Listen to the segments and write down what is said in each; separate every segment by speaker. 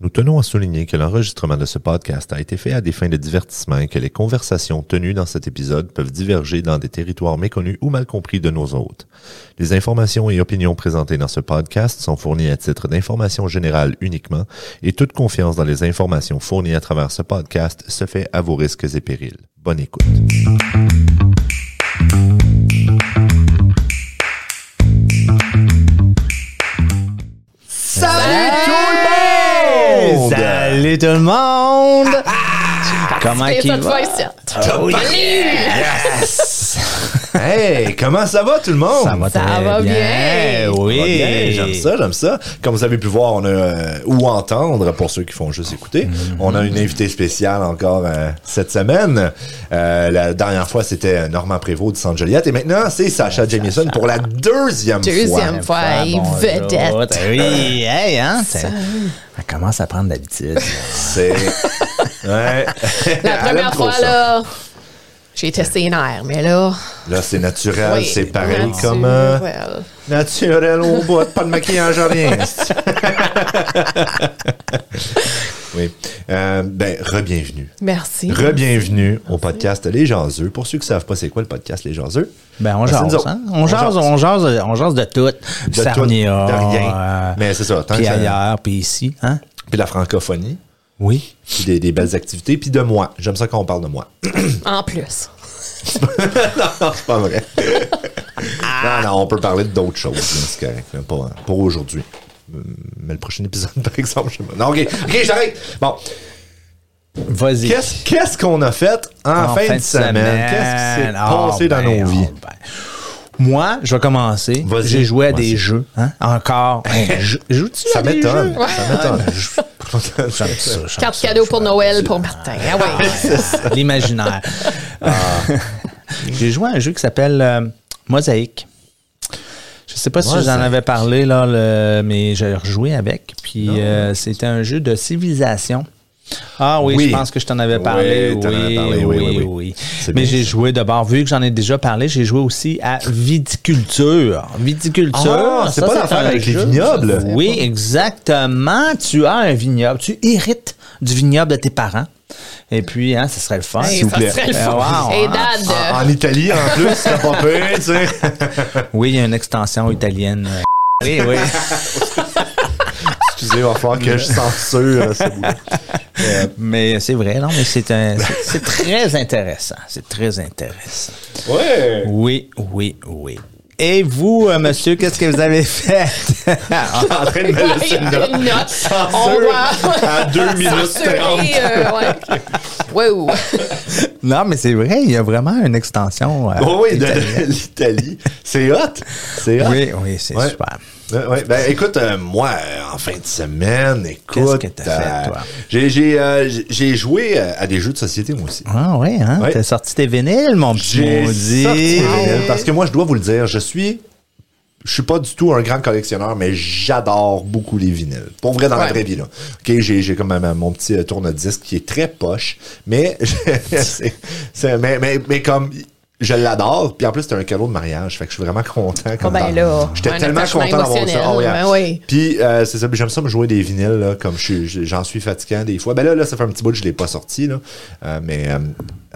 Speaker 1: Nous tenons à souligner que l'enregistrement de ce podcast a été fait à des fins de divertissement et que les conversations tenues dans cet épisode peuvent diverger dans des territoires méconnus ou mal compris de nos hôtes. Les informations et opinions présentées dans ce podcast sont fournies à titre d'information générale uniquement et toute confiance dans les informations fournies à travers ce podcast se fait à vos risques et périls. Bonne écoute.
Speaker 2: Salut tout le monde!
Speaker 1: Ah,
Speaker 2: Comment
Speaker 3: Et
Speaker 2: qu'il
Speaker 3: cette
Speaker 2: va?
Speaker 3: fois ici.
Speaker 2: Oh, yeah.
Speaker 1: Hey, comment ça va tout le monde?
Speaker 2: Ça va
Speaker 3: Ça
Speaker 2: très
Speaker 3: va
Speaker 2: bien. Eh
Speaker 3: bien.
Speaker 2: Oui,
Speaker 1: Ah bien, j'aime ça, j'aime ça. Comme vous avez pu voir, on a euh, ou entendre pour ceux qui font juste écouter, on a une invitée spéciale encore euh, cette semaine. Euh, la dernière fois, c'était euh, Normand Prévost du Centre Joliette et maintenant, c'est Sacha Jamieson pour la deuxième, fois.
Speaker 3: Deuxième fois,
Speaker 2: Ah,
Speaker 3: il
Speaker 2: bonjour.
Speaker 3: vedette.
Speaker 1: Eh
Speaker 2: Oui, hey, hein? c'est- Elle commence à prendre l'habitude.
Speaker 1: C'est Ouais.
Speaker 3: La
Speaker 1: Elle aime
Speaker 3: première
Speaker 1: trop
Speaker 3: fois,
Speaker 1: ça.
Speaker 3: là, j'ai testé les nerfs, mais là.
Speaker 1: Là, c'est naturel,
Speaker 3: oui,
Speaker 1: c'est pareil
Speaker 3: naturel.
Speaker 1: comme euh, naturel au bout, pas de maquillage, rien. oui. Euh, ben, re-bienvenue.
Speaker 3: Merci.
Speaker 1: Re-bienvenue au podcast Les Jaseux. Pour ceux qui ne savent pas c'est quoi le podcast Les Jaseux,
Speaker 2: Ben, on
Speaker 1: Ben, c'est
Speaker 2: jase,
Speaker 1: nous autres.
Speaker 2: hein? On jase, on jase, on jase de tout. Du
Speaker 1: de tout,
Speaker 2: Sarnia,
Speaker 1: de rien.
Speaker 2: euh,
Speaker 1: Mais c'est ça, tant
Speaker 2: puis
Speaker 1: que ça-
Speaker 2: ailleurs, puis ici, hein?
Speaker 1: puis la francophonie,
Speaker 2: Oui.
Speaker 1: puis des, des belles activités, puis de moi. J'aime ça quand on parle de moi.
Speaker 3: En plus.
Speaker 1: non, c'est pas vrai. non, non, on peut parler d'autres choses, là, c'est correct. là, Pas, pas aujourd'hui. Hum, Mais le prochain épisode, par exemple, je sais pas. Non, ok, ok, j'arrête. Bon,
Speaker 2: Vas-y.
Speaker 1: qu'est-ce qu'est-ce qu'on a fait en, fin, de semaine? Qu'est-ce qui s'est
Speaker 2: Ah,
Speaker 1: passé dans
Speaker 2: ben,
Speaker 1: nos vies?
Speaker 2: oh, ben. Moi, je vais commencer.
Speaker 1: Vas-y,
Speaker 2: J'ai joué à
Speaker 1: vas-y.
Speaker 2: des jeux. hein? Encore. Hein, je- Joues-tu
Speaker 1: Ça
Speaker 2: à des
Speaker 1: m'étonne.
Speaker 2: jeux?
Speaker 1: Ça m'étonne.
Speaker 2: J'aime ça, j'aime
Speaker 3: Carte
Speaker 2: ça.
Speaker 3: cadeau pour Noël pour Martin. Ah ouais.
Speaker 2: L'imaginaire. Ah. J'ai joué à un jeu qui s'appelle euh, Mosaïque. Je sais pas si
Speaker 1: Mosaïque.
Speaker 2: j'en avais parlé, là, le- mais j'ai rejoué avec. Puis euh, c'était un jeu de civilisation. Ah oui,
Speaker 1: Oui.
Speaker 2: je pense que je t'en avais parlé.
Speaker 1: Oui,
Speaker 2: Oui,
Speaker 1: t'en avais parlé, oui,
Speaker 2: oui,
Speaker 1: oui, oui.
Speaker 2: oui,
Speaker 1: C'est
Speaker 2: Mais
Speaker 1: bien
Speaker 2: j'ai joué d'abord, vu que j'en ai déjà parlé, j'ai joué aussi à viticulture. Viticulture,
Speaker 1: Ah, c'est
Speaker 2: ça,
Speaker 1: pas
Speaker 2: c'est
Speaker 1: l'affaire
Speaker 2: un
Speaker 1: avec les
Speaker 2: jeu.
Speaker 1: vignobles.
Speaker 2: Oui, exactement. Tu as un vignoble. Tu hérites du vignoble de tes parents. Et puis, hein, ce serait le fun.
Speaker 3: Hey,
Speaker 1: vous
Speaker 3: ça
Speaker 1: plaît.
Speaker 3: serait le
Speaker 2: Euh,
Speaker 3: fun.
Speaker 2: wow,
Speaker 3: Et
Speaker 2: hein?
Speaker 3: Dad,
Speaker 1: Ah, En,
Speaker 3: euh,
Speaker 1: en Italie, en plus, c'est pas pire, tu sais.
Speaker 2: Oui, il y a une extension italienne. euh, Oui, oui.
Speaker 1: Excusez, il va falloir que je censure euh, ce bout.
Speaker 2: mais c'est vrai, non, mais c'est un, c'est- c'est très intéressant. C'est très intéressant.
Speaker 1: Euh, Ouais.
Speaker 2: Oui, oui, oui. Et vous, euh, monsieur, qu'est-ce que vous avez fait?
Speaker 1: En train de me laisser ah, une note.
Speaker 3: une note. On
Speaker 1: Censure
Speaker 3: va
Speaker 1: à 2 minutes 30.
Speaker 3: censurer. euh, ouais. Wow.
Speaker 2: non, mais c'est vrai, il y a vraiment une extension. euh,
Speaker 1: Oh oui, de-
Speaker 2: italienne.
Speaker 1: de l'Italie. C'est hot. C'est hot.
Speaker 2: Oui, oui, c'est
Speaker 1: Ouais.
Speaker 2: super.
Speaker 1: Ouais, ouais. Ben, écoute, euh, moi, euh, en fin de semaine, écoute.
Speaker 2: Qu'est-ce que t'as fait, toi?
Speaker 1: J'ai, j'ai, euh, j'ai- j'ai joué euh, à des jeux de société, moi aussi.
Speaker 2: Ah oui, hein?
Speaker 1: Ouais.
Speaker 2: T'as sorti tes vinyles, mon petit
Speaker 1: J'ai
Speaker 2: maudit.
Speaker 1: sorti mes vinyles, parce que moi, je dois vous le dire, je suis. Je suis pas du tout un grand collectionneur, mais j'adore beaucoup les vinyles. Pour vrai, dans la
Speaker 3: Ouais.
Speaker 1: vraie vie, là. OK, j'ai, j'ai comme ma- mon petit euh, tourne-disque qui est très poche, mais, je- c'est- c'est- mais, mais, mais comme, je l'adore. Puis en plus, c'était un cadeau de mariage, fait que je suis vraiment content.
Speaker 3: Oh,
Speaker 1: comme
Speaker 3: ben
Speaker 1: dans-
Speaker 3: là,
Speaker 1: J'étais
Speaker 3: un
Speaker 1: tellement
Speaker 3: attachement
Speaker 1: content d'avoir ça.
Speaker 3: émotionnel,
Speaker 1: Oh, yeah.
Speaker 3: ben oui.
Speaker 1: Puis euh, c'est ça, puis j'aime ça me jouer des vinyles là, comme je suis- je- j'en suis fatiguant des fois. Ben là, là, ça fait un petit bout que je l'ai pas sorti là, Euh, mais euh,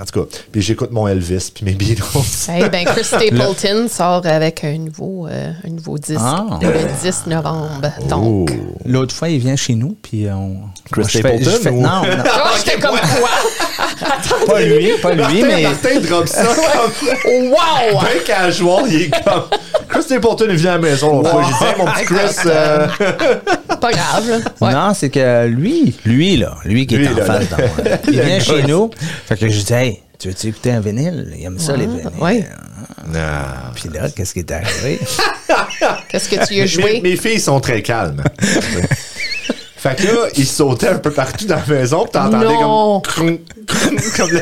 Speaker 1: en tout cas, puis j'écoute mon Elvis puis mes Beatles.
Speaker 3: Hey, ben, Chris Stapleton sort avec un nouveau, euh, un nouveau disque
Speaker 2: Ah.
Speaker 3: le 10 novembre.
Speaker 1: Oh.
Speaker 3: Donc.
Speaker 2: L'autre fois, il vient chez nous, puis euh, on.
Speaker 1: Chris
Speaker 2: je fais- je
Speaker 1: Stapleton
Speaker 2: fais-
Speaker 1: ou-
Speaker 2: Non, non,
Speaker 3: Oh, j'étais comme quoi?
Speaker 2: pas lui, pas lui,
Speaker 1: Martin,
Speaker 2: mais.
Speaker 1: Martin drop ça comme
Speaker 3: Wow!
Speaker 1: ben casual, il est comme Chris Stapleton il vient à la maison. l'autre fois, J'ai dit Hey, mon petit Chris, euh,
Speaker 3: Pas grave, là. Ouais.
Speaker 2: Non, c'est que lui, lui, là, lui qui
Speaker 1: Lui,
Speaker 2: est en
Speaker 1: là,
Speaker 2: face
Speaker 1: là.
Speaker 2: de moi, là, il vient
Speaker 1: Le
Speaker 2: chez
Speaker 1: gars,
Speaker 2: nous. Fait que je dis, hey, tu veux-tu écouter un vinyle? Il aime ça, les vinyles.
Speaker 3: Ah, ouais.
Speaker 1: non.
Speaker 2: Puis là, qu'est-ce qui est arrivé?
Speaker 3: Qu'est-ce que tu y as
Speaker 1: Mes,
Speaker 3: joué?
Speaker 1: mes filles sont très calmes. fait que là, ils sautaient un peu partout dans la maison, puis t'entendais
Speaker 3: Non.
Speaker 1: comme crunk, crunk, comme le-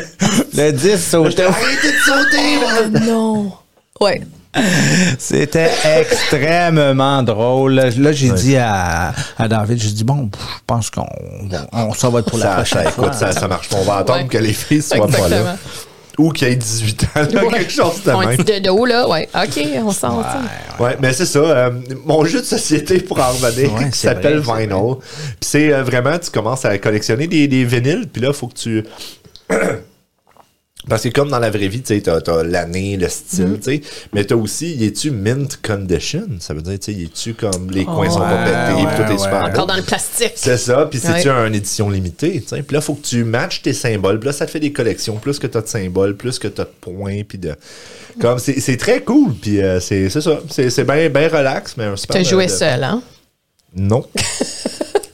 Speaker 2: Le 10 sautait.
Speaker 1: Arrêtez de sauter, là!
Speaker 3: Ah, Non. Ouais.
Speaker 2: C'était extrêmement drôle. Là, j'ai dit à, à David, j'ai dit, bon, je pense qu'on on, ça va être pour la
Speaker 1: Ça,
Speaker 2: prochaine
Speaker 1: ça,
Speaker 2: fois.
Speaker 1: écoute, ça, ça marche. pas. On va attendre
Speaker 3: Ouais.
Speaker 1: que les filles soient pas là.
Speaker 3: Exactement.
Speaker 1: ou qu'il ait 18 ans, là,
Speaker 3: Ouais.
Speaker 1: quelque chose de
Speaker 3: Un
Speaker 1: même.
Speaker 3: petit de dos, là. Ouais. OK, on sent. on sent.
Speaker 1: Ouais, mais c'est ça. euh, mon jeu de société pour en revenir
Speaker 2: Ouais,
Speaker 1: qui
Speaker 2: c'est
Speaker 1: s'appelle
Speaker 2: vrai, c'est
Speaker 1: Vinyl. Puis c'est euh, vraiment, tu commences à collectionner des, des vinyles, puis là, faut que tu. Parce que comme dans la vraie vie, tu sais, t'as, t'as l'année, le style,
Speaker 2: Mm-hmm.
Speaker 1: tu sais, mais t'as aussi, y es-tu mint condition? Ça veut dire, tu sais, y es-tu comme les coins sont pas pétés,
Speaker 2: Oh, ouais,
Speaker 1: puis tout est
Speaker 2: ouais.
Speaker 1: super beau?
Speaker 3: Encore dans le plastique.
Speaker 1: C'est ça, puis c'est-tu
Speaker 3: Ouais.
Speaker 1: une édition limitée, tu sais. Puis là, faut que tu matches tes symboles. Puis là, ça te fait des collections. Plus que t'as de symboles, plus que t'as de points, puis de... Comme, c'est c'est très cool, puis euh, c'est c'est ça. C'est c'est bien ben relax, mais un super...
Speaker 3: Tu as
Speaker 1: de-
Speaker 3: joué
Speaker 1: de-
Speaker 3: seul, hein?
Speaker 1: Non.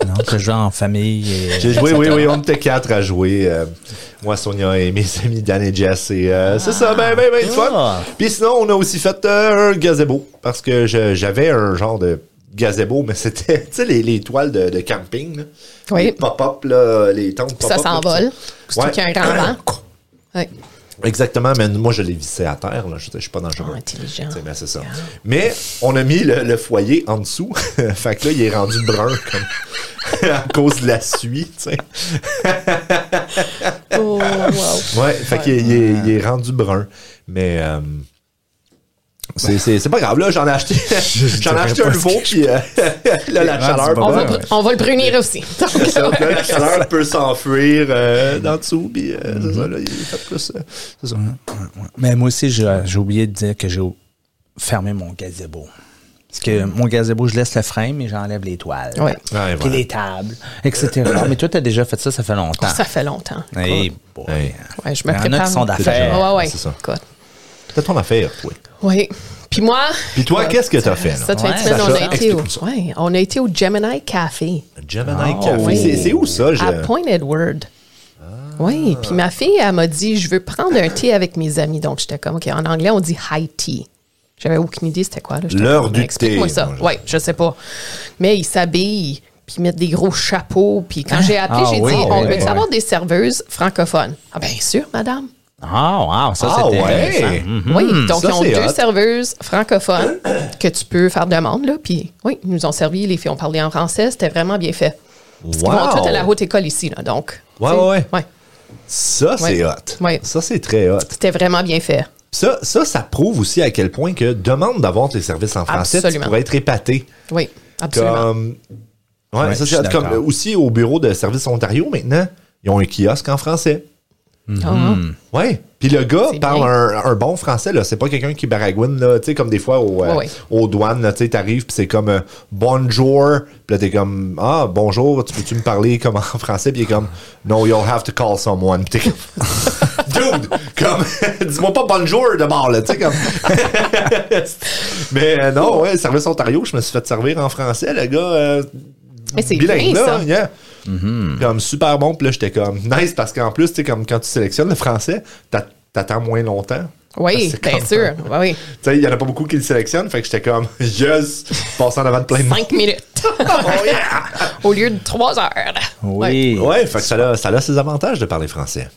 Speaker 2: Non, tu joues en famille. et-
Speaker 1: J'ai joué, oui, oui, on était quatre à jouer. euh, moi, Sonia et mes amis Dan et Jess. Et, euh, c'est ça, ben, ben, ben, du fun.
Speaker 2: Ah.
Speaker 1: Puis sinon, on a aussi fait euh, un gazebo. Parce que je- j'avais un genre de gazebo, mais c'était, tu sais, les, les toiles de, de camping. là.
Speaker 3: Oui.
Speaker 1: Les pop-up, là, les tentes
Speaker 3: Puis ça
Speaker 1: pop-up, là,
Speaker 3: s'envole.
Speaker 1: tu sais.
Speaker 3: C'est qu'il y a un grand vent. Ouais.
Speaker 1: Exactement, mais moi, je l'ai vissé à terre. Là. Je, je suis pas dans le jeu.
Speaker 3: Ah, intelligent.
Speaker 1: Tu sais, mais c'est ça. Mais on a mis le, le foyer en dessous. fait que là, il est rendu brun comme à cause de la suie. tu sais.
Speaker 3: Oh, wow.
Speaker 1: Ouais, fait qu'il est- il est, il est rendu brun. Mais euh, c'est- c'est c'est pas grave. Là, j'en ai acheté, j'en ai
Speaker 2: dirais
Speaker 1: acheté
Speaker 2: pas
Speaker 1: un
Speaker 2: ce
Speaker 1: nouveau. Puis euh, là, la
Speaker 2: rendu
Speaker 1: chaleur.
Speaker 2: brun.
Speaker 3: On,
Speaker 1: peut-
Speaker 3: va,
Speaker 2: Ouais,
Speaker 3: br- on va le brunir aussi. Donc,
Speaker 1: ça, là, la chaleur peut s'enfuir euh, d'en dessous. Puis euh, c'est ça, là, il fait plus. euh, c'est ça.
Speaker 2: Mais moi aussi, j'ai j'ai oublié de dire que j'ai ou- fermé mon gazebo. Parce que mon gazebo, je laisse le frame et j'enlève les toiles.
Speaker 3: Ouais.
Speaker 1: Ouais,
Speaker 2: Puis
Speaker 1: voilà.
Speaker 2: les tables, etc. Non, mais toi, t'as déjà fait ça, ça fait longtemps.
Speaker 3: ça fait longtemps.
Speaker 2: Hey, boy.
Speaker 1: Hey.
Speaker 3: Ouais, je me
Speaker 2: Il y en a
Speaker 3: prépare.
Speaker 2: qui sont d'affaires.
Speaker 3: Ouais, ouais.
Speaker 1: C'est ça.
Speaker 3: Écoute.
Speaker 1: T'as ton affaire, toi.
Speaker 3: Oui. Puis moi,
Speaker 1: Puis toi, qu'est-ce que t'as fait? Là?
Speaker 3: cette fin de
Speaker 2: Ouais.
Speaker 3: semaine, on
Speaker 1: Sacha,
Speaker 3: a, été au,
Speaker 1: explique-nous
Speaker 3: ouais, on a été au Gemini Café
Speaker 1: Gemini
Speaker 2: Oh.
Speaker 1: Café. Ah, C'est- C'est où ça? Je...
Speaker 3: à Point Edward. Oui, puis ma fille, elle m'a dit, je veux prendre un thé avec mes amis. Donc, j'étais comme, OK, en anglais, on dit high tea. J'avais aucune idée c'était quoi. là. J'étais
Speaker 1: L'heure
Speaker 3: comme,
Speaker 1: du
Speaker 3: Explique-moi
Speaker 1: thé.
Speaker 3: ça.
Speaker 1: Non, je-
Speaker 3: Oui, je sais pas. Mais ils s'habillent, puis ils mettent des gros chapeaux. Puis quand j'ai appelé,
Speaker 2: Ah
Speaker 3: j'ai
Speaker 2: oui,
Speaker 3: dit, on
Speaker 2: oui,
Speaker 3: veut
Speaker 2: oui.
Speaker 3: avoir des serveuses francophones. Ah, bien sûr, madame.
Speaker 2: Ah, wow, ça,
Speaker 1: Ah,
Speaker 2: c'était
Speaker 1: ouais.
Speaker 2: intéressant. Mhm.
Speaker 3: Oui, donc
Speaker 1: Ça,
Speaker 3: ils ont
Speaker 1: c'est
Speaker 3: deux
Speaker 1: hot.
Speaker 3: serveuses francophones que tu peux faire demande. Là, puis oui, ils nous ont servi, les filles ont parlé en français, c'était vraiment bien fait. Ils vont
Speaker 1: Wow.
Speaker 3: toutes à la haute école ici, là, donc.
Speaker 1: Ouais,
Speaker 3: tu sais,
Speaker 1: ouais, ouais.
Speaker 3: ouais.
Speaker 1: Ça, c'est
Speaker 3: Ouais.
Speaker 1: hot.
Speaker 3: Ouais.
Speaker 1: Ça, c'est très hot.
Speaker 3: C'était vraiment bien fait.
Speaker 1: Ça, ça, ça prouve aussi à quel point que demande d'avoir tes services en français, tu
Speaker 3: Absolument.
Speaker 1: pourrais être épaté.
Speaker 3: Oui, absolument.
Speaker 1: Comme, ouais,
Speaker 2: Ouais,
Speaker 1: ça,
Speaker 2: je suis
Speaker 1: c'est hot. Comme,
Speaker 2: d'accord.
Speaker 1: euh, aussi au bureau de Service Ontario maintenant, ils ont un kiosque en français.
Speaker 3: Ah,
Speaker 1: Hmm.
Speaker 3: ouais.
Speaker 1: Ouais. Puis le gars
Speaker 3: C'est
Speaker 1: parle
Speaker 3: bien.
Speaker 1: un, un bon français, là. C'est pas quelqu'un qui baragouine, là. Tu sais, comme des fois au, euh,
Speaker 3: Ouais, ouais.
Speaker 1: aux douanes, là, tu sais, t'arrives, puis c'est comme euh, bonjour. Puis là, t'es comme, ah, bonjour, tu peux-tu me parler comme en français? Puis il est comme, no, you'll have to call someone. Puis t'es comme, dude, comme, dis-moi pas bonjour de bord, là. Tu sais, comme. Mais euh, non, ouais, Service Ontario, je me suis fait servir en français, le gars. euh,
Speaker 3: Mais c'est
Speaker 1: bilingue,
Speaker 3: bien,
Speaker 1: là, hein,
Speaker 3: ça.
Speaker 1: yeah. Comme super bon, puis là, j'étais comme nice parce qu'en plus, tu sais, comme quand tu sélectionnes le français, t'a- t'attends moins longtemps.
Speaker 3: Oui,
Speaker 1: Ah, C'est
Speaker 3: bien
Speaker 1: comme-
Speaker 3: sûr. Oui,
Speaker 1: Tu sais, il y en a pas beaucoup qui le sélectionnent, fait que j'étais comme yes, passant en avant de plein de
Speaker 3: oui.
Speaker 1: monde.
Speaker 3: Cinq minutes
Speaker 1: Oh, yeah!
Speaker 3: au lieu de trois heures. Ouais.
Speaker 2: Oui,
Speaker 1: Ouais, fait que ça a, ça a ses avantages de parler français.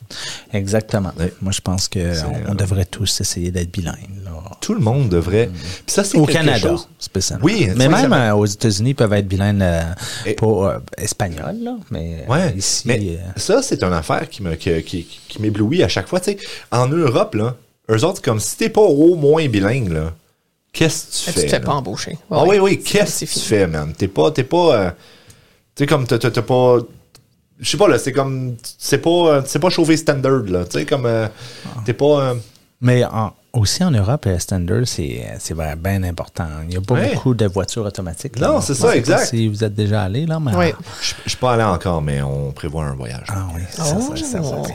Speaker 2: exactement. Moi, je pense
Speaker 1: euh,
Speaker 2: qu'on on devrait tous essayer d'être bilingue. là.
Speaker 1: Tout le monde devrait. Puis ça, c'est
Speaker 2: Mm. Au
Speaker 1: quelque
Speaker 2: Canada,
Speaker 1: chose-
Speaker 2: spécialement.
Speaker 1: Oui,
Speaker 2: mais
Speaker 1: ça,
Speaker 2: même
Speaker 1: ça-
Speaker 2: euh, aux États-Unis, ils peuvent être bilingues euh,
Speaker 1: Et-
Speaker 2: pour euh, espagnol, là, mais euh,
Speaker 1: Ouais.
Speaker 2: ici.
Speaker 1: mais
Speaker 2: euh,
Speaker 1: ça, c'est une affaire qui me- que- qui- qui m'éblouit à chaque fois. Tu sais, en Europe, là, eux autres, comme si t'es pas au moins bilingue, là, qu'est-ce que tu
Speaker 3: Tu
Speaker 1: fais?
Speaker 3: te fais
Speaker 1: là?
Speaker 3: pas embaucher.
Speaker 1: Ah oui, oui, qu'est-ce
Speaker 3: c'est
Speaker 1: que tu
Speaker 3: fini.
Speaker 1: fais, man? T'es pas. T'es pas. euh, tu sais, comme t'as t'as- t'as pas. Je sais pas, là, c'est comme. C'est pas. euh, C'est pas chauvé standard, là. Tu sais, comme. euh,
Speaker 2: Ah.
Speaker 1: T'es pas. euh,
Speaker 2: Mais en- aussi en Europe, le standard, c'est euh, c'est bien ben important. Il n'y a pas
Speaker 1: Ouais.
Speaker 2: beaucoup de voitures automatiques.
Speaker 1: Non,
Speaker 2: Je
Speaker 1: c'est
Speaker 2: sais
Speaker 1: ça,
Speaker 2: pas
Speaker 1: exact.
Speaker 2: Si vous êtes déjà allé, là, mais.
Speaker 3: Oui.
Speaker 1: Je je suis pas allé encore, mais on prévoit un voyage.
Speaker 2: Ah oui, ça,
Speaker 3: Oh.
Speaker 2: ça, ça, ça, ça.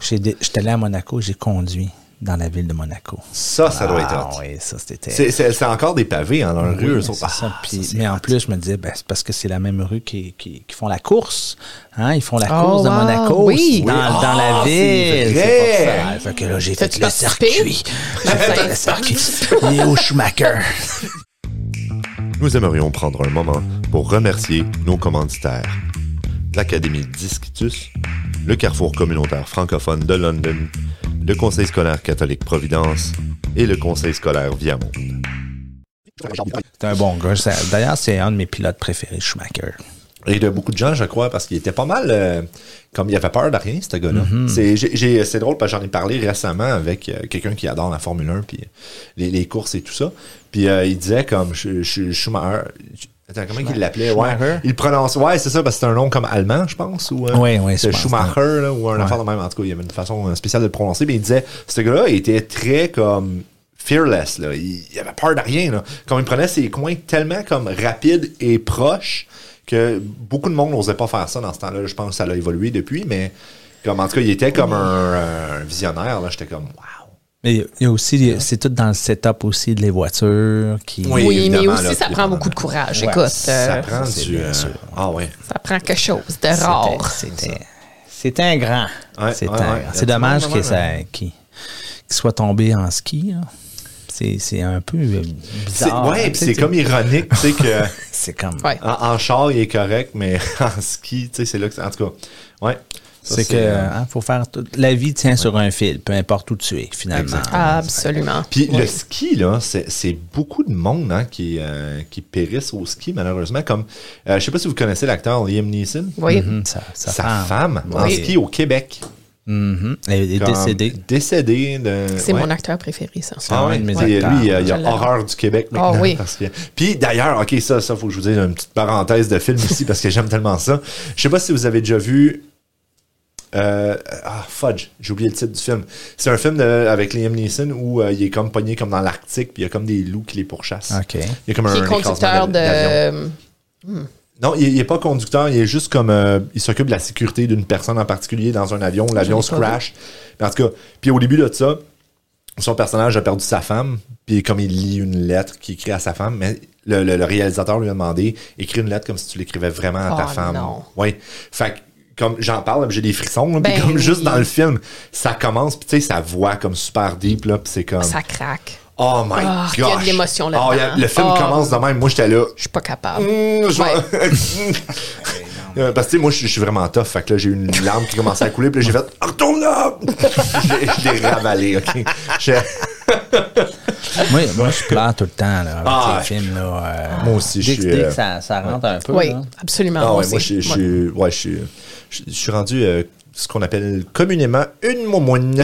Speaker 2: J'ai dé- J'étais allé à Monaco, j'ai conduit dans la ville de Monaco.
Speaker 1: Ça, ça doit être
Speaker 2: Ah
Speaker 1: hot.
Speaker 2: oui, ça, c'était.
Speaker 1: C'est- C'est c'est encore des pavés en leur
Speaker 2: Oui,
Speaker 1: rue, eux
Speaker 2: mais c'est
Speaker 1: autres. Ah,
Speaker 2: ça. Puis-
Speaker 1: ça, c'est-
Speaker 2: mais en plus, je me disais, ben, c'est parce que c'est la même rue qui, qui- qui font la course. Hein? Ils font la
Speaker 3: Oh,
Speaker 2: course de
Speaker 3: wow,
Speaker 2: Monaco
Speaker 3: oui.
Speaker 2: dans,
Speaker 1: Oui.
Speaker 2: dans la
Speaker 1: Ah, c'est
Speaker 2: ville.
Speaker 1: vrai.
Speaker 2: pour ça. Fait que là, j'ai fait
Speaker 3: T'as-tu
Speaker 2: le
Speaker 3: participé?
Speaker 2: circuit. J'ai fait le circuit. Léo Schumacher.
Speaker 1: nous aimerions prendre un moment pour remercier nos commanditaires. L'Académie Discitus, le Carrefour communautaire francophone de London, le Conseil scolaire catholique Providence et le Conseil scolaire Viamonde.
Speaker 2: C'est un bon gars. Ça- D'ailleurs, c'est un de mes pilotes préférés, Schumacher.
Speaker 1: Et de beaucoup de gens, je crois, parce qu'il était pas mal. euh, comme il avait peur de rien, ce gars-là.
Speaker 2: Mhm.
Speaker 1: C'est- j'ai- j'ai- C'est drôle parce que j'en ai parlé récemment avec euh, quelqu'un qui adore la Formule 1 puis euh, les, les courses et tout ça. Puis euh, il disait comme je, je, Schumacher. Attends, comment il l'appelait? Ouais.
Speaker 2: Schumacher?
Speaker 1: Il le prononce. Ouais, c'est ça, parce que c'est un nom comme allemand, je pense. Ou, euh,
Speaker 2: Ouais, ouais,
Speaker 1: c'est
Speaker 2: je pense,
Speaker 1: Schumacher là, ou un affaire de même. En tout cas, il y avait une façon euh, spéciale de le prononcer. Mais il disait, ce gars-là il était très comme fearless. Là. Il, il avait peur de rien. Là. Comme il prenait ses coins tellement comme rapides et proches que beaucoup de monde n'osait pas faire ça dans ce temps-là. Je pense que ça l'a évolué depuis, mais comme en tout cas, il était comme un, euh, un visionnaire. Là. J'étais comme Wow.
Speaker 2: Mais il y a aussi, c'est tout dans le setup aussi de les voitures qui.
Speaker 1: Oui,
Speaker 3: Oui, mais
Speaker 1: évidemment,
Speaker 3: aussi,
Speaker 1: là,
Speaker 3: ça
Speaker 1: puis
Speaker 3: prend
Speaker 1: on-
Speaker 3: beaucoup de courage.
Speaker 2: Ouais,
Speaker 3: Écoute, euh,
Speaker 1: Ça
Speaker 3: ça,
Speaker 1: prend
Speaker 2: c'est
Speaker 1: du.
Speaker 2: bien
Speaker 1: euh,
Speaker 2: sûr.
Speaker 1: ah ouais.
Speaker 3: prend quelque chose de
Speaker 2: C'était-
Speaker 3: rare.
Speaker 2: C'était, c'était un grand.
Speaker 1: Ouais,
Speaker 2: C'était
Speaker 1: ouais,
Speaker 2: un
Speaker 1: ouais. Y
Speaker 2: grand.
Speaker 1: a
Speaker 2: C'est
Speaker 1: tout le
Speaker 2: dommage
Speaker 1: monde
Speaker 2: que
Speaker 1: de
Speaker 2: ça,
Speaker 1: même,
Speaker 2: qu'il, qu'il soit tombé en ski. là. C'est, c'est un peu euh,
Speaker 1: C'est,
Speaker 2: bizarre.
Speaker 1: ouais,
Speaker 2: hein,
Speaker 1: puis
Speaker 2: tu sais,
Speaker 1: c'est
Speaker 2: tu-
Speaker 1: comme ironique, tu sais, que.
Speaker 2: C'est comme.
Speaker 3: Ouais.
Speaker 1: En, en char, il est correct, mais en ski, tu sais, c'est là que. c'est- En tout cas, ouais. Ça,
Speaker 2: c'est que
Speaker 1: euh,
Speaker 2: hein, faut faire tout- la vie tient sur un fil, peu importe où tu es finalement.
Speaker 3: Absolument.
Speaker 1: Ah. Puis
Speaker 3: Oui.
Speaker 1: le ski, là, c'est c'est beaucoup de monde hein, qui, euh, qui périssent au ski, malheureusement. Comme, euh, je sais pas si vous connaissez l'acteur Liam Neeson.
Speaker 3: Oui.
Speaker 2: Mhm, ça, ça
Speaker 1: Sa
Speaker 2: prend.
Speaker 1: femme, en
Speaker 3: Oui.
Speaker 1: ski au Québec.
Speaker 2: Mhm. Elle est
Speaker 1: Comme
Speaker 2: décédée.
Speaker 1: Décédée de.
Speaker 3: C'est
Speaker 1: ouais.
Speaker 3: mon acteur préféré, ça.
Speaker 1: Ah ouais,
Speaker 2: un de mes
Speaker 1: tu sais, lui,
Speaker 2: acteurs.
Speaker 1: il y a, il y a
Speaker 3: Je l'adore.
Speaker 1: horreur du Québec
Speaker 3: Ah
Speaker 1: maintenant.
Speaker 3: oui.
Speaker 1: parce que- Puis d'ailleurs, ok, ça, ça, faut que je vous dise une petite parenthèse de film ici parce que j'aime tellement ça. Je sais pas si vous avez déjà vu. euh, ah, Fudge, j'ai oublié le titre du film. C'est un film de- avec Liam Neeson où euh, il est comme pogné comme dans l'Arctique, puis il y a comme des loups qui les pourchassent.
Speaker 2: Ok.
Speaker 1: Il y a comme
Speaker 3: Qui
Speaker 1: un
Speaker 3: est conducteur
Speaker 1: écrasement d'avion.
Speaker 3: de.
Speaker 1: Non, il n'est pas conducteur, il est juste comme. euh, il s'occupe de la sécurité d'une personne en particulier dans un avion. L'avion
Speaker 3: l'ai
Speaker 1: se
Speaker 3: pas vu.
Speaker 1: crash. En tout cas, puis au début de ça, son personnage a perdu sa femme. Puis comme il lit une lettre qu'il écrit à sa femme, mais le, le- le réalisateur lui a demandé écris une lettre comme si tu l'écrivais vraiment à ta
Speaker 3: Oh,
Speaker 1: femme.
Speaker 3: non.
Speaker 1: Oui. Fait que, comme j'en parle, là, puis j'ai des frissons. là, puis
Speaker 3: Ben
Speaker 1: comme juste
Speaker 3: oui.
Speaker 1: dans le film, ça commence, puis tu sais, ça voix comme super deep, là, puis c'est comme.
Speaker 3: Ça craque.
Speaker 1: Oh my
Speaker 3: Ah,
Speaker 1: gosh!
Speaker 3: il y a de l'émotion
Speaker 1: Oh, il y a-
Speaker 3: là-dedans.
Speaker 1: le film
Speaker 3: Oh.
Speaker 1: commence de même. Moi, j'étais là.
Speaker 3: Je suis pas capable.
Speaker 1: Mmh, je
Speaker 3: Ouais.
Speaker 1: vais- Euh, Parce que tu sais, moi, je je suis vraiment tough. Fait que là, j'ai eu une larme qui commençait à couler. Puis là, j'ai fait Ah, Retourne là Je l'ai- Je l'ai ravalé, OK
Speaker 3: Ah,
Speaker 1: J'ai- ah,
Speaker 2: Moi, moi, je pleure tout le temps là, avec
Speaker 1: Ah,
Speaker 2: ces films. Là, euh,
Speaker 1: moi aussi, je
Speaker 2: dès que-
Speaker 1: suis,
Speaker 2: dès que
Speaker 1: euh,
Speaker 2: ça, ça rentre un peu.
Speaker 3: Oui,
Speaker 2: là.
Speaker 3: absolument.
Speaker 1: Ah,
Speaker 3: moi
Speaker 1: ouais, moi,
Speaker 3: aussi.
Speaker 1: je je suis. Ouais, je suis. Je je suis rendu. euh, ce qu'on appelle communément une momoune.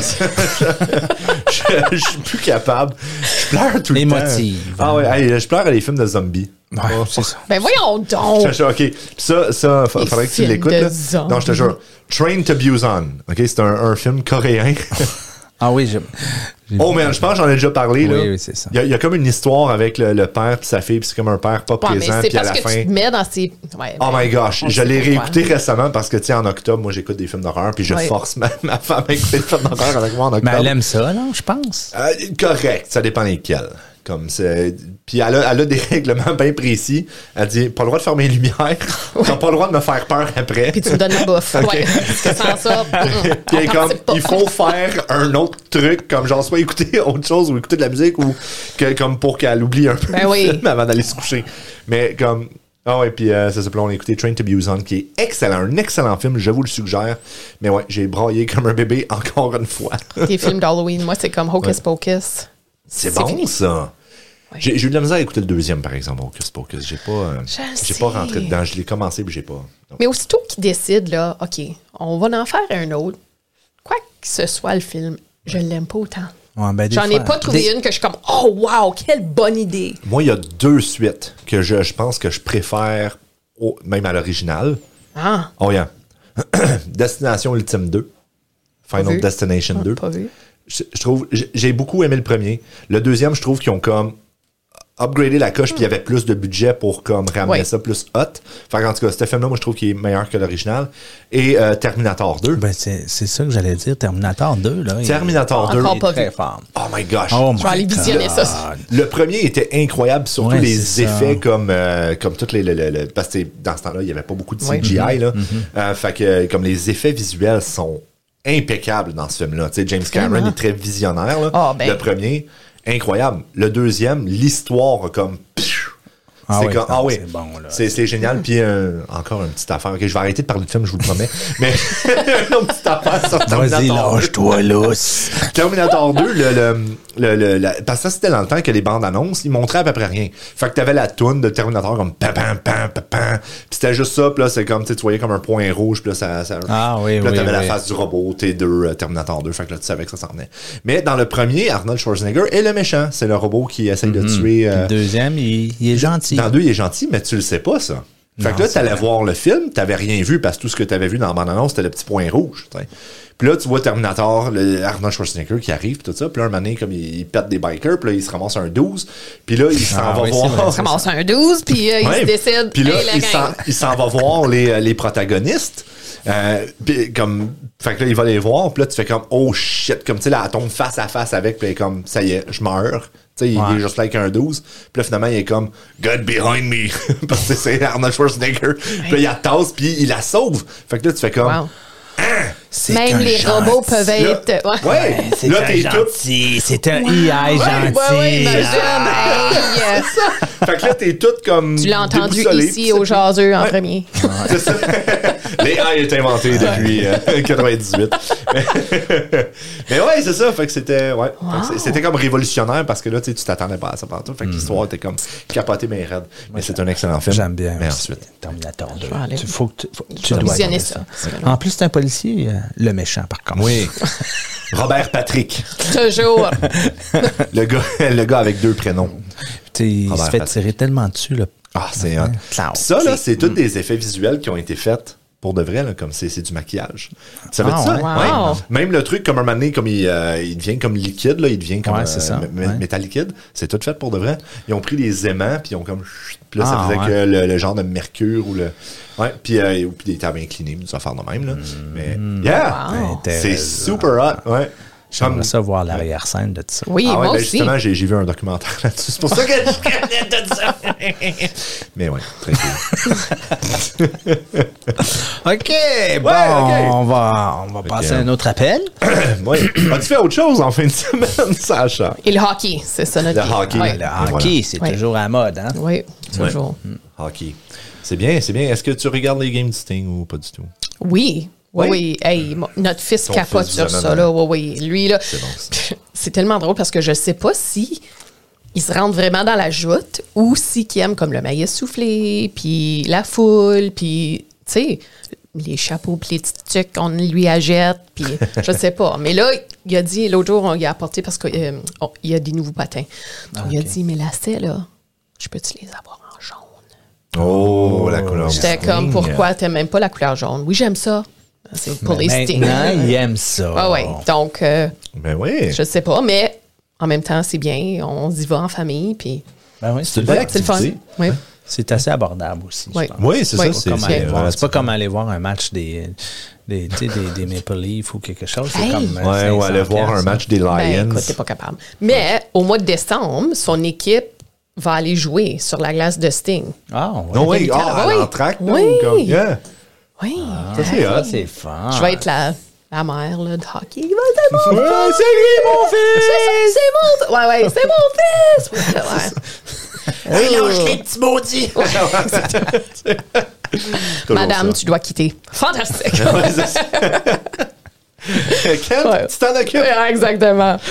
Speaker 1: je, je suis plus capable. Je pleure tout le temps.
Speaker 2: Émotive.
Speaker 1: Ah ouais, hey, je pleure à des films de zombies.
Speaker 2: Ouais,
Speaker 1: Oh,
Speaker 2: c'est ça.
Speaker 3: Ben voyons donc!
Speaker 1: Je te jure, OK. Puis ça, ça fa-
Speaker 3: Les
Speaker 1: faudrait que tu
Speaker 3: films
Speaker 1: l'écoutes.
Speaker 3: de
Speaker 1: là.
Speaker 3: zombies.
Speaker 1: Non, je te jure. Train to Busan. OK, c'est un, un film coréen.
Speaker 2: Ah oui, j'aime.
Speaker 1: oh, man, je pense que j'en ai déjà parlé.
Speaker 2: Oui,
Speaker 1: là.
Speaker 2: oui, c'est ça.
Speaker 1: Il y, a- il y a comme une histoire avec le, le père puis sa fille, puis c'est comme un père pas
Speaker 3: Ouais, Ah, mais
Speaker 1: présent,
Speaker 3: c'est
Speaker 1: puis à
Speaker 3: parce
Speaker 1: la
Speaker 3: que
Speaker 1: fin.
Speaker 3: tu te mets dans ces. Ouais,
Speaker 1: Oh
Speaker 3: ben,
Speaker 1: my gosh,
Speaker 3: on
Speaker 1: je
Speaker 3: sait
Speaker 1: l'ai
Speaker 3: pourquoi.
Speaker 1: réécouté récemment parce que, tu sais, en octobre, moi, j'écoute des films d'horreur, puis je
Speaker 3: Ouais.
Speaker 1: force ma, ma femme à écouter des films d'horreur avec moi en
Speaker 2: Mais
Speaker 1: octobre.
Speaker 2: elle aime ça, là, je pense.
Speaker 1: Euh, correct, ça dépend lesquels. Comme c'est... Puis elle a, elle a des règlements bien précis. Elle dit pas le droit de fermer les lumières, t'as pas le droit de me faire peur après.
Speaker 3: Puis tu me donnes la bouffe. Ouais. Parce que sans ça. mm,
Speaker 1: Puis elle est
Speaker 3: on
Speaker 1: comme,
Speaker 3: participe pas.
Speaker 1: il faut faire un autre truc, comme genre soit écouter autre chose ou écouter de la musique ou que, comme pour qu'elle oublie un peu
Speaker 3: Ben
Speaker 1: le
Speaker 3: oui.
Speaker 1: film avant d'aller se coucher. Mais comme, ah ouais, puis euh, ça s'appelle, on a écouté Train to Busan qui est excellent, un excellent film, je vous le suggère. Mais ouais, j'ai braillé comme un bébé encore une fois.
Speaker 3: Des films d'Halloween, moi, c'est comme Hocus Pocus.
Speaker 1: C'est bon
Speaker 3: fini.
Speaker 1: ça.
Speaker 3: Ouais.
Speaker 1: J'ai j'ai eu de la misère à écouter le deuxième par exemple, Hocus Pocus. J'ai pas, euh,
Speaker 3: Je
Speaker 1: j'ai pas
Speaker 3: sais.
Speaker 1: rentré dedans. Je l'ai commencé puis j'ai pas. non.
Speaker 3: Mais aussitôt qu'ils décident, là, OK, on va en faire un autre, quoi que ce soit le film, je l'aime pas autant.
Speaker 2: Ouais, ben, des
Speaker 3: J'en ai
Speaker 2: fois-
Speaker 3: pas trouvé
Speaker 2: des-
Speaker 3: une que je suis comme, oh wow, quelle bonne idée.
Speaker 1: Moi, il y a deux suites que je, je pense que je préfère au- même à l'original.
Speaker 3: Ah,
Speaker 1: Oh yeah. Destination Ultime 2. Final
Speaker 3: vu.
Speaker 1: Destination 2.
Speaker 3: Ah, pas vu.
Speaker 1: Je, je trouve, j'ai j'ai beaucoup aimé le premier. Le deuxième, je trouve qu'ils ont comme upgradé la coche, puis il y avait plus de budget pour comme ramener
Speaker 3: Ouais.
Speaker 1: ça plus hot. Enfin, en tout cas, ce film-là, moi, je trouve qu'il est meilleur que l'original. Et euh, Terminator 2.
Speaker 2: Ben, c'est c'est ça que j'allais dire, Terminator 2, là. il-
Speaker 1: Terminator
Speaker 2: il est
Speaker 1: 2.
Speaker 3: Encore pas
Speaker 2: très
Speaker 3: vu.
Speaker 2: fort.
Speaker 1: Oh my gosh.
Speaker 2: Oh my
Speaker 3: vais aller
Speaker 2: God.
Speaker 3: visionner ça.
Speaker 1: Le premier était incroyable, surtout
Speaker 2: Ouais,
Speaker 1: les
Speaker 2: c'est ça.
Speaker 1: effets comme, euh, comme toutes les, le- le- le- Parce que dans ce temps-là, il n'y avait pas beaucoup de CGI.
Speaker 2: Mm-hmm.
Speaker 1: là. Euh, fait que comme les effets visuels sont impeccables dans ce film-là. Tu sais, James Cameron
Speaker 3: Vraiment.
Speaker 1: est très visionnaire. là.
Speaker 3: Ah, ben.
Speaker 1: Le premier, incroyable. Le deuxième, l'histoire comme. pfiou,
Speaker 2: Ah
Speaker 1: c'est
Speaker 2: oui,
Speaker 1: comme,
Speaker 2: non,
Speaker 1: ah oui,
Speaker 2: c'est bon, là.
Speaker 1: c'est c'est génial. Puis euh, encore une petite affaire. Ok, je vais arrêter de parler de film, je vous le promets. Mais une autre petite affaire sur
Speaker 2: Vas-y,
Speaker 1: Terminator 2.
Speaker 2: lâche-toi, lousse.
Speaker 1: Terminator 2, le, le, le, le- la- parce que ça, c'était dans le temps que les bandes annonces, ils montraient à peu près rien. Fait que t'avais la toune de Terminator comme pam, pam, pam, pam, pam. Puis c'était juste ça, puis là, c'est comme, tu sais, tu voyais comme un point rouge, puis là, ça. ça
Speaker 2: Ah oui,
Speaker 1: Puis là,
Speaker 2: oui,
Speaker 1: t'avais la
Speaker 2: oui.
Speaker 1: face du robot T2, euh, Terminator 2, fait que là, tu savais que ça s'en venait. Mais dans le premier, Arnold Schwarzenegger est le méchant. C'est le robot qui essaye
Speaker 2: Mhm.
Speaker 1: de tuer. euh,
Speaker 2: Le deuxième, il, il est gentil.
Speaker 1: dans deux, il est gentil, mais tu le sais pas, ça. Fait
Speaker 2: Non,
Speaker 1: que là,
Speaker 2: c'est
Speaker 1: t'allais
Speaker 2: vrai.
Speaker 1: voir le film, t'avais rien vu parce que tout ce que t'avais vu dans la bande-annonce, c'était le petit point rouge. t'sais. Puis là, tu vois Terminator, le Arnold Schwarzenegger qui arrive, puis tout ça. Puis là, un moment donné, comme il, il pète des bikers, puis là, il se ramasse un 12. Puis là, il s'en
Speaker 2: Ah,
Speaker 1: va
Speaker 2: oui, c'est
Speaker 1: voir.
Speaker 2: vrai,
Speaker 3: Il commence un 12, puis euh, il
Speaker 1: Ouais.
Speaker 3: se décide.
Speaker 1: Puis là,
Speaker 3: hey, la
Speaker 1: il
Speaker 3: gang.
Speaker 1: s'en- il s'en va voir les, euh, les protagonistes. Euh, puis comme, fait que là, il va les voir. Puis là, tu fais comme, oh shit. Comme, tu sais, là, elle tombe face à face avec. Puis elle est comme, ça y est, je meurs. Tu sais, il- il
Speaker 2: Ouais.
Speaker 1: est juste là avec un 12. Puis là, finalement, il est comme, God behind me. Parce que c'est Arnold Schwarzenegger. Puis là, il la tasse, puis il la sauve. Fait que là, tu fais comme,
Speaker 3: Wow.
Speaker 2: C'est
Speaker 3: Même
Speaker 2: un
Speaker 3: les
Speaker 2: gentil.
Speaker 3: robots peuvent
Speaker 1: là,
Speaker 3: être. Ouais.
Speaker 1: ouais,
Speaker 2: C'est
Speaker 1: là,
Speaker 2: un
Speaker 1: t'es tout.
Speaker 2: gentil. C'est un AI gentil. Ah.
Speaker 3: Ouais, ouais, imagine. hey, euh,
Speaker 1: Fait que là, t'es tout comme.
Speaker 3: tu l'as entendu
Speaker 1: déboussolé, puis
Speaker 3: ici
Speaker 1: c'est
Speaker 3: au
Speaker 1: tout.
Speaker 3: jaseux en
Speaker 1: Ouais.
Speaker 3: premier.
Speaker 1: C'est ça. L'AI est inventé depuis euh, 98. Mais ouais, c'est ça. Fait que c'était, ouais. Fait que c'est- c'était comme révolutionnaire parce que là, tu sais, tu t'attendais pas à ça partout. Fait que l'histoire était comme capotée mais raide. Mais c'est un excellent film.
Speaker 2: Mm. J'aime bien.
Speaker 1: Mais
Speaker 2: aussi.
Speaker 1: Ben, ensuite.
Speaker 2: Terminator 2.
Speaker 3: vais aller-
Speaker 2: Tu, faut que tu, faut- tu
Speaker 3: vais
Speaker 2: dois
Speaker 3: visionner
Speaker 2: regarder
Speaker 3: ça.
Speaker 2: ça.
Speaker 3: C'est
Speaker 2: En plus, c'est un policier, euh, le méchant, par contre.
Speaker 1: Oui. Robert Patrick.
Speaker 3: Toujours.
Speaker 1: Ah Le gars, le gars avec deux prénoms.
Speaker 2: Tu sais, Il
Speaker 1: Robert
Speaker 2: se fait
Speaker 1: Patrick.
Speaker 2: tirer tellement dessus. Là.
Speaker 1: Ah, c'est hot.
Speaker 2: Clown.
Speaker 1: Ça, là, c'est tous
Speaker 2: Mm.
Speaker 1: des effets visuels qui ont été faits pour de vrai, là, comme c'est c'est du maquillage. Tu savais
Speaker 2: Ah,
Speaker 1: ça?
Speaker 3: ouais. Wow.
Speaker 1: Ouais. Même le truc, comme un moment donné, comme il, euh, il devient comme liquide, là, il devient comme euh,
Speaker 2: Ouais, c'est ça,
Speaker 1: mé- mé-
Speaker 2: ouais.
Speaker 1: métal liquide, c'est tout fait pour de vrai. Ils ont pris les aimants, puis ils ont comme... Puis là, ça
Speaker 2: Ah,
Speaker 1: faisait
Speaker 2: ouais.
Speaker 1: que le, le genre de mercure ou le... Ouais, puis, euh, ou puis des tables inclinées, des affaires de même, là. Mais, yeah!
Speaker 3: Wow.
Speaker 1: C'est
Speaker 2: Mm. Intéressant.
Speaker 1: super hot, ouais.
Speaker 2: J'aimerais ça voir l'arrière-scène de ça.
Speaker 3: Oui,
Speaker 1: Ah ouais,
Speaker 3: moi
Speaker 1: ben
Speaker 3: aussi.
Speaker 1: justement, j'ai j'ai vu un documentaire là-dessus. C'est pour ça que je connais de ça. Mais ouais, très cool.
Speaker 2: OK, bon,
Speaker 1: OK.
Speaker 2: on va, on va passer à un autre appel.
Speaker 1: Oui. Euh, As-tu fait autre chose en fin de semaine, Sacha?
Speaker 3: Et le hockey, c'est ça notre
Speaker 1: Le hockey.
Speaker 3: Ouais.
Speaker 2: Le
Speaker 1: Et
Speaker 2: hockey,
Speaker 1: voilà.
Speaker 2: c'est
Speaker 3: Ouais.
Speaker 2: toujours à la mode. Hein?
Speaker 3: Oui, toujours.
Speaker 1: Hmm. Hockey. C'est bien, c'est bien. Est-ce que tu regardes les games du Sting ou pas du tout?
Speaker 3: Oui.
Speaker 1: Oui.
Speaker 3: Oui, oui. Hey, mo- notre fils
Speaker 1: Ton
Speaker 3: capote
Speaker 1: fils vous
Speaker 3: sur
Speaker 1: amène
Speaker 3: ça,
Speaker 1: un-
Speaker 3: là. Oui, oui. Lui, là.
Speaker 1: C'est bon, ça.
Speaker 3: C'est tellement drôle parce que je sais pas si ils se rendent vraiment dans la joute ou si qu'ils aiment comme le maillet soufflé, puis la foule, puis, tu sais, les chapeaux, puis les petites tuques qu'on lui achète, puis je sais pas. Mais là, il a dit, l'autre jour, on lui a apporté parce qu'il y a des nouveaux patins.
Speaker 1: Ah,
Speaker 3: Donc, il a dit, mais lacets, là, je peux-tu les avoir en jaune?
Speaker 1: Oh, la couleur. du
Speaker 3: J'étais
Speaker 1: Sting.
Speaker 3: comme, pourquoi t'aimes même pas la couleur jaune? Oui, j'aime ça. C'est pour les stings.
Speaker 2: Maintenant, il aime ça.
Speaker 3: Ah
Speaker 1: Oh.
Speaker 3: ouais, donc euh,
Speaker 1: Ben oui.
Speaker 3: je sais pas, mais en même temps, c'est bien, on y va en famille, puis
Speaker 2: Ben oui,
Speaker 1: C'est
Speaker 2: c'est
Speaker 1: une belle
Speaker 2: vrai.
Speaker 3: c'est le fun.
Speaker 1: activité.
Speaker 3: Oui.
Speaker 2: C'est assez abordable aussi,
Speaker 3: Oui.
Speaker 2: je pense.
Speaker 1: Oui, c'est ça.
Speaker 3: Oui.
Speaker 2: C'est pas
Speaker 1: C'est
Speaker 2: comme
Speaker 1: c'est
Speaker 2: aller voir- c'est
Speaker 1: relativement-
Speaker 2: pas comme aller voir un match des, des, tu sais, des, des Maple Leafs ou quelque chose. C'est
Speaker 3: Hey!
Speaker 2: comme, euh,
Speaker 1: Ouais, ou
Speaker 2: 500
Speaker 1: aller voir un
Speaker 2: piastres,
Speaker 1: match des
Speaker 3: Ben,
Speaker 1: Lions.
Speaker 3: écoute, t'es pas capable. Mais au mois de décembre, son équipe va aller jouer sur la glace de Sting.
Speaker 2: Ah, ouais.
Speaker 1: Non, oui,
Speaker 3: Délicat,
Speaker 1: ah,
Speaker 3: oui.
Speaker 1: en track, là,
Speaker 3: Oui.
Speaker 1: ou comme- Yeah.
Speaker 3: Oui.
Speaker 1: Ça, Ah. c'est
Speaker 2: Ça,
Speaker 3: Ah,
Speaker 1: hot.
Speaker 2: c'est fun.
Speaker 3: Je vais être la, la mère là, de hockey. Il va être mon
Speaker 1: Ouais, c'est lui, mon fils!
Speaker 3: fils! C'est mon... Ouais, ouais, c'est mon fils! Ouais.
Speaker 1: petits maudits! Toujours
Speaker 3: Madame,
Speaker 1: ça.
Speaker 3: tu dois quitter. Fantastique!
Speaker 1: Ouais, c'est ça. Ken,
Speaker 3: Ouais.
Speaker 1: tu t'en occupes.
Speaker 3: Ouais, Exactement.
Speaker 1: Ça,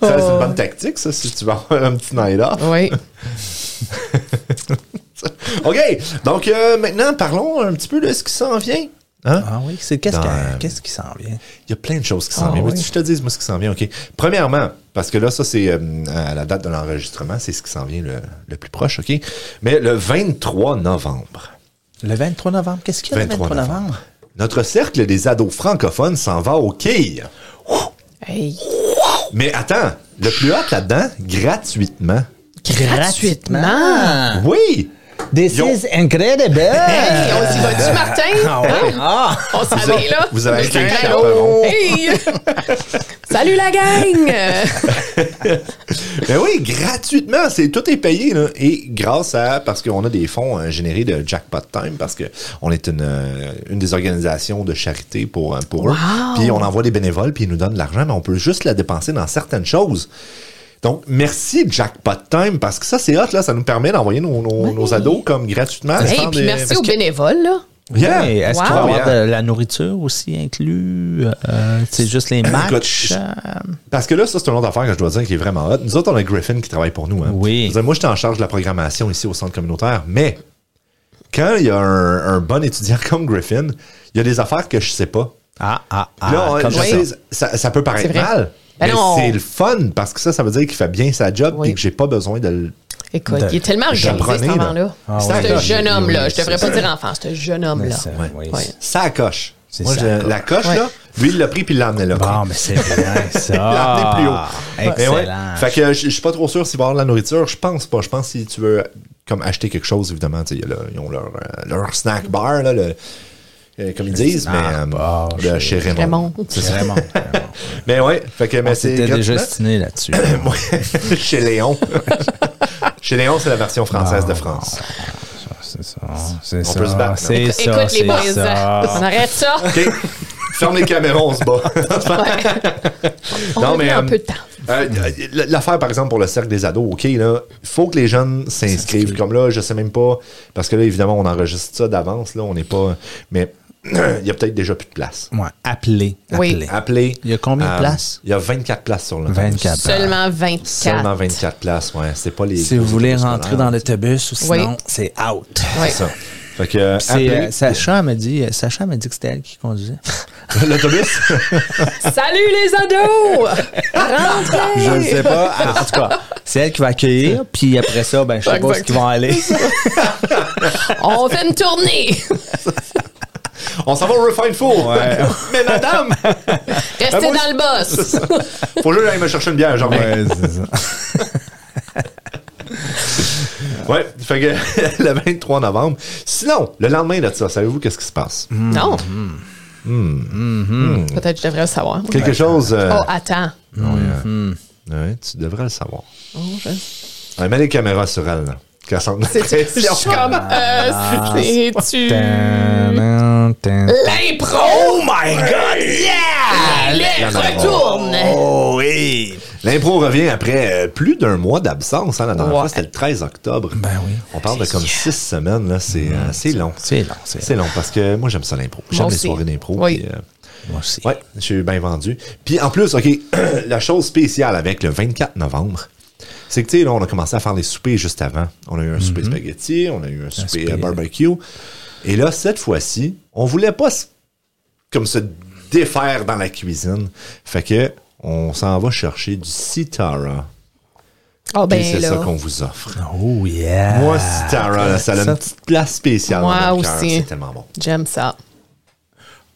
Speaker 1: c'est une
Speaker 3: Oh.
Speaker 1: bonne tactique, ça, si tu vas avoir un petit night off.
Speaker 3: Oui.
Speaker 1: OK. Donc, euh, maintenant, parlons un petit peu de ce qui s'en vient. Hein?
Speaker 2: Ah oui, c'est qu'est-ce
Speaker 1: Dans-
Speaker 2: que- qu'est-ce qui s'en vient?
Speaker 1: Il y a plein de choses qui s'en
Speaker 3: Ah,
Speaker 1: viennent.
Speaker 3: oui.
Speaker 1: Veux-tu que je te dise, moi, ce qui s'en vient? OK. Premièrement, parce que là, ça, c'est euh, à la date de l'enregistrement, c'est ce qui s'en vient le, le plus proche, OK? Mais le 23 novembre.
Speaker 2: Le 23 novembre, qu'est-ce qu'il y a le 23 novembre?
Speaker 1: Notre cercle des ados francophones s'en va au quai.
Speaker 3: Hey.
Speaker 1: Mais attends, le plus hot là-dedans, gratuitement.
Speaker 2: Ah.
Speaker 3: Gratuitement.
Speaker 1: Oui!
Speaker 2: This
Speaker 1: Yo.
Speaker 2: is incredible!
Speaker 3: Hey, on s'y va-tu, Martin? Hein?
Speaker 2: Euh, Ah!
Speaker 3: On
Speaker 1: Vous avez-
Speaker 3: savait, là.
Speaker 1: vous avez été
Speaker 3: Hey,
Speaker 1: chaperon.
Speaker 3: hey! Salut la gang! Euh,
Speaker 1: Ben oui, gratuitement, c'est tout est payé là. et grâce à parce qu'on a des fonds euh, générés de Jackpot Time parce que on est une, euh, une des organisations de charité pour euh, pour eux.
Speaker 3: Wow.
Speaker 1: Puis on envoie des bénévoles puis ils nous donnent de l'argent mais on peut juste la dépenser dans certaines choses. Donc, merci Jackpot Time, parce que ça, c'est hot, là. Ça nous permet d'envoyer nos, nos,
Speaker 3: Oui.
Speaker 1: nos ados comme gratuitement.
Speaker 3: Hey,
Speaker 1: sans
Speaker 3: puis
Speaker 1: des-
Speaker 3: merci
Speaker 1: Est-ce
Speaker 3: aux
Speaker 1: que-
Speaker 3: bénévoles, là.
Speaker 1: Yeah.
Speaker 2: Ouais, Est-ce
Speaker 3: Wow.
Speaker 2: qu'il va y avoir
Speaker 1: Yeah.
Speaker 2: de la nourriture aussi inclus? Euh, c'est juste les matchs? euh,
Speaker 1: Parce que là, ça, c'est un autre affaire que je dois dire qui est vraiment hot. Nous autres, on a Griffin qui travaille pour nous. Hein.
Speaker 2: Oui.
Speaker 1: Je veux dire, moi, j'étais en charge de la programmation ici au centre communautaire, mais quand il y a un, un bon étudiant comme Griffin, il y a des affaires que je sais pas.
Speaker 2: Ah, ah, ah.
Speaker 1: Puis là, on-
Speaker 2: comme
Speaker 1: je
Speaker 2: ça.
Speaker 1: sais, ça, ça peut paraître
Speaker 3: C'est vrai.
Speaker 1: mal,
Speaker 3: Ben
Speaker 1: mais
Speaker 3: non.
Speaker 1: c'est le fun parce que ça, ça veut dire qu'il fait bien sa job et
Speaker 3: Oui.
Speaker 1: que j'ai pas besoin de le.
Speaker 3: Écoute,
Speaker 2: De-
Speaker 3: il est tellement
Speaker 1: J'apprenais,
Speaker 3: organisé, cet
Speaker 1: là.
Speaker 3: enfant-là.
Speaker 2: Ah
Speaker 3: c'est
Speaker 2: ouais.
Speaker 3: un
Speaker 2: Oui,
Speaker 3: jeune
Speaker 2: oui,
Speaker 3: homme, là.
Speaker 2: oui,
Speaker 3: Je devrais
Speaker 2: c'est
Speaker 3: pas
Speaker 2: ça.
Speaker 3: dire enfant, c'est un jeune homme, là.
Speaker 2: ça, oui.
Speaker 3: Ouais.
Speaker 1: Ça à coche.
Speaker 2: C'est
Speaker 1: Moi,
Speaker 2: ça,
Speaker 1: je-
Speaker 2: la coche.
Speaker 1: la coche,
Speaker 3: Ouais.
Speaker 1: là, lui, il l'a pris puis il l'a emmené là.
Speaker 2: Bon, mais c'est bien
Speaker 1: Il l'a
Speaker 2: ça.
Speaker 1: emmené plus haut. Mais
Speaker 2: Ah, Excellent.
Speaker 1: ouais. Fait que euh, je je suis pas trop sûr s'il va y avoir de la nourriture. Je pense pas. Je pense si tu veux comme acheter quelque chose, évidemment, tu sais, il y a le- ils ont leur, euh, leur snack bar, là, le- euh, comme ils disent, mais
Speaker 2: snack
Speaker 1: euh,
Speaker 2: bar
Speaker 1: le-
Speaker 2: chez-
Speaker 1: chez Raymond.
Speaker 3: Raymond.
Speaker 1: C'est ça.
Speaker 2: Vraiment.
Speaker 1: Mais ouais, fait que mais Ben, c'est
Speaker 2: C'était déjà
Speaker 1: gratuitement.
Speaker 2: destiné là-dessus.
Speaker 1: Ouais, chez Léon. chez Léon, c'est la version française de France.
Speaker 2: C'est ça. C'est
Speaker 1: On peut se
Speaker 2: ça.
Speaker 1: battre,
Speaker 2: C'est ça.
Speaker 3: Écoute, les
Speaker 2: c'est
Speaker 3: boys,
Speaker 2: ça. Ah,
Speaker 3: on arrête ça.
Speaker 1: OK? Ferme les caméras, on se bat.
Speaker 3: On
Speaker 1: Non,
Speaker 3: a
Speaker 1: mais,
Speaker 3: un
Speaker 1: euh,
Speaker 3: peu de temps.
Speaker 1: Euh, L'affaire, par exemple, pour le cercle des ados, OK, là, faut que les jeunes s'inscrivent. Comme là, je sais même pas, parce que là, évidemment, on enregistre ça d'avance, là, on n'est pas. Mais il y a peut-être déjà plus de place.
Speaker 2: Ouais, appelez.
Speaker 3: Oui.
Speaker 2: appelez.
Speaker 1: Appelez.
Speaker 2: Il y a combien de
Speaker 1: Euh,
Speaker 2: places?
Speaker 1: Il y a 24 places sur le
Speaker 2: 24.
Speaker 3: Seulement 24.
Speaker 1: Seulement 24 places, ouais. C'est pas les.
Speaker 2: Si vous voulez rentrer dans l'autobus ou
Speaker 3: Oui.
Speaker 2: sinon, c'est out.
Speaker 3: Ouais.
Speaker 1: C'est ça. Fait que, euh,
Speaker 2: C'est, euh,
Speaker 1: appelez.
Speaker 2: Sacha m'a dit, euh, Sacha m'a dit que c'était elle qui conduisait.
Speaker 1: L'autobus?
Speaker 3: Salut les ados! Rentrez!
Speaker 2: Je ne sais pas.
Speaker 1: Ah,
Speaker 2: En tout cas, c'est elle qui va accueillir, puis après ça, ben, je sais
Speaker 3: Fuck,
Speaker 2: pas où
Speaker 3: fuck.
Speaker 2: ils vont aller.
Speaker 3: On fait une tournée!
Speaker 1: on s'en va au Refined Food. Mais madame,
Speaker 3: Restez
Speaker 1: moi,
Speaker 3: dans le boss!
Speaker 1: faut juste que j'aille me chercher une bière, genre.
Speaker 2: c'est ça.
Speaker 1: Ouais, fait que le 23 novembre. Sinon, le lendemain de ça, savez-vous qu'est-ce qui se passe?
Speaker 2: Mhm.
Speaker 3: Non! Peut-être que je devrais le savoir. moi.
Speaker 1: Quelque chose. euh,
Speaker 3: Oh, attends.
Speaker 1: ouais, euh,
Speaker 3: Oh.
Speaker 1: ouais, tu devrais le savoir. Ouais, mets les caméras sur elle, là. Qu'elle sente la
Speaker 3: Je
Speaker 1: pression.
Speaker 3: suis comme. euh, C'est-tu.
Speaker 2: Tadam, tadam.
Speaker 3: L'impro! Oh my god! Yeah!
Speaker 1: Il y en a un.
Speaker 3: retourne!
Speaker 2: Oh oui!
Speaker 1: L'impro revient après euh, plus d'un mois d'absence. hein. la dernière
Speaker 3: Ouais.
Speaker 1: fois, c'était le 13 octobre.
Speaker 2: Ben oui. Mm.
Speaker 1: On parle de comme six semaines. là. C'est euh, c'est long.
Speaker 2: C'est long, c'est
Speaker 1: C'est long parce que moi, j'aime ça l'impro. J'aime les
Speaker 3: aussi.
Speaker 1: soirées d'impro.
Speaker 3: Oui.
Speaker 1: puis, euh,
Speaker 2: Moi aussi.
Speaker 1: Ouais, je suis bien vendu. Puis en plus, OK, la chose spéciale avec le 24 novembre, c'est que, tu sais, là, on a commencé à faire les soupers juste avant. On a eu un souper spaghetti, on a eu un souper,
Speaker 2: souper-
Speaker 1: euh, barbecue. Et là, cette fois-ci, on voulait pas se- comme se défaire dans la cuisine. Fait que, on s'en va chercher du sitara.
Speaker 3: Oh,
Speaker 1: Et
Speaker 3: ben
Speaker 1: c'est
Speaker 3: là.
Speaker 1: ça qu'on vous offre.
Speaker 2: Oh yeah!
Speaker 1: Moi, sitara, là, ça a
Speaker 2: ça-
Speaker 1: une petite place spéciale
Speaker 3: Moi
Speaker 1: dans mon cœur.
Speaker 3: aussi.
Speaker 1: C'est tellement bon.
Speaker 3: J'aime ça.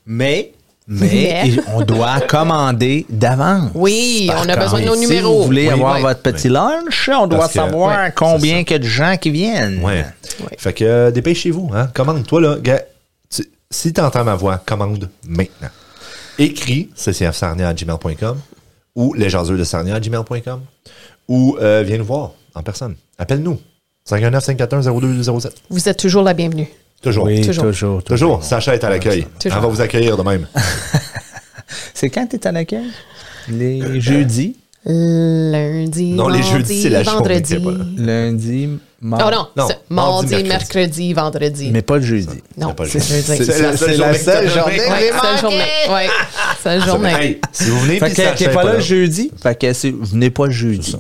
Speaker 2: Mais, mais,
Speaker 3: Mais.
Speaker 2: il- on doit commander d'avance.
Speaker 3: Oui,
Speaker 2: Par
Speaker 3: on a besoin de
Speaker 2: contre,
Speaker 3: nos numéros.
Speaker 2: Si vous voulez
Speaker 1: Oui,
Speaker 2: avoir
Speaker 1: oui.
Speaker 2: votre petit
Speaker 1: Oui.
Speaker 2: lunch, on doit
Speaker 1: Parce que-
Speaker 2: savoir
Speaker 3: Ouais,
Speaker 2: combien il y a de gens qui viennent.
Speaker 1: Ouais.
Speaker 3: Ouais.
Speaker 1: Fait que euh, dépêchez-vous, hein. Commande-toi, là. Gars, tu- si t'entends ma voix, commande maintenant. Écris ccfsarnia.gmail.com ou lesjaseux de sarnia@gmail.com ou euh, viens nous voir en personne. Appelle-nous. 519-541-0207.
Speaker 3: Vous êtes toujours la bienvenue.
Speaker 1: Toujours.
Speaker 2: Oui,
Speaker 3: Toujours.
Speaker 2: toujours. toujours,
Speaker 1: Toujours. Sacha est à l'accueil.
Speaker 3: Toujours.
Speaker 1: On va vous accueillir de même.
Speaker 2: C'est quand tu es à l'accueil? Les jeudis,
Speaker 3: Lundi.
Speaker 1: Non, les
Speaker 3: mardi,
Speaker 1: jeudis, c'est la journée
Speaker 3: vendredi.
Speaker 1: qui est pas là.
Speaker 2: lundi, mardi.
Speaker 3: Oh non,
Speaker 1: Non,
Speaker 3: c'est
Speaker 1: mardi, mercredi.
Speaker 3: mardi, mercredi, vendredi.
Speaker 2: Mais pas le jeudi.
Speaker 3: non,
Speaker 1: pas le
Speaker 3: c'est
Speaker 1: jeudi.
Speaker 3: jeudi.
Speaker 1: C'est la seule journée que t'as jamais.
Speaker 2: que
Speaker 3: Ouais,
Speaker 2: j'ai
Speaker 3: c'est la journée. Ouais, c'est la journée.
Speaker 1: Hey, si vous venez,
Speaker 2: Fait
Speaker 1: puis
Speaker 2: que
Speaker 1: Sacha
Speaker 2: t'es
Speaker 1: est
Speaker 2: pas là le
Speaker 1: là.
Speaker 2: jeudi. Fait que c'est- vous venez pas le jeudi.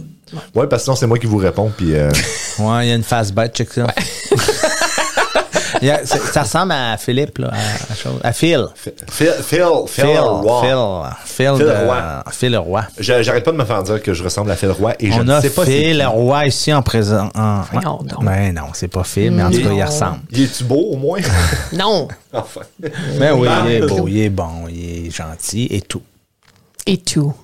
Speaker 1: Ouais, parce que sinon, c'est moi qui vous réponds. Puis, euh,
Speaker 2: Ouais, il y a une fast bite, check ça. Il y a- c'est- ça ressemble à Philippe, là, à, à chose- à Phil.
Speaker 1: Phil, Phil, Phil, Roy.
Speaker 2: Phil, Phil,
Speaker 1: Phil
Speaker 2: de-
Speaker 1: Roy.
Speaker 2: Phil Roy.
Speaker 1: Je- J'arrête pas de me faire dire que je ressemble à Phil Roy et je
Speaker 2: On
Speaker 1: ne
Speaker 2: a
Speaker 1: sais pas c'est
Speaker 2: Phil
Speaker 1: qui.
Speaker 2: Roy ici en présent. En...
Speaker 3: Voyons donc.
Speaker 2: Ben non, c'est pas Phil, mais en tout cas, il
Speaker 3: Non.
Speaker 2: ressemble.
Speaker 1: Il est-tu beau au moins?
Speaker 3: Non.
Speaker 1: enfin.
Speaker 2: Ben oui,
Speaker 1: Ben,
Speaker 2: il est
Speaker 1: euh,
Speaker 2: beau, il est bon, il est gentil et tout.
Speaker 3: Et tout.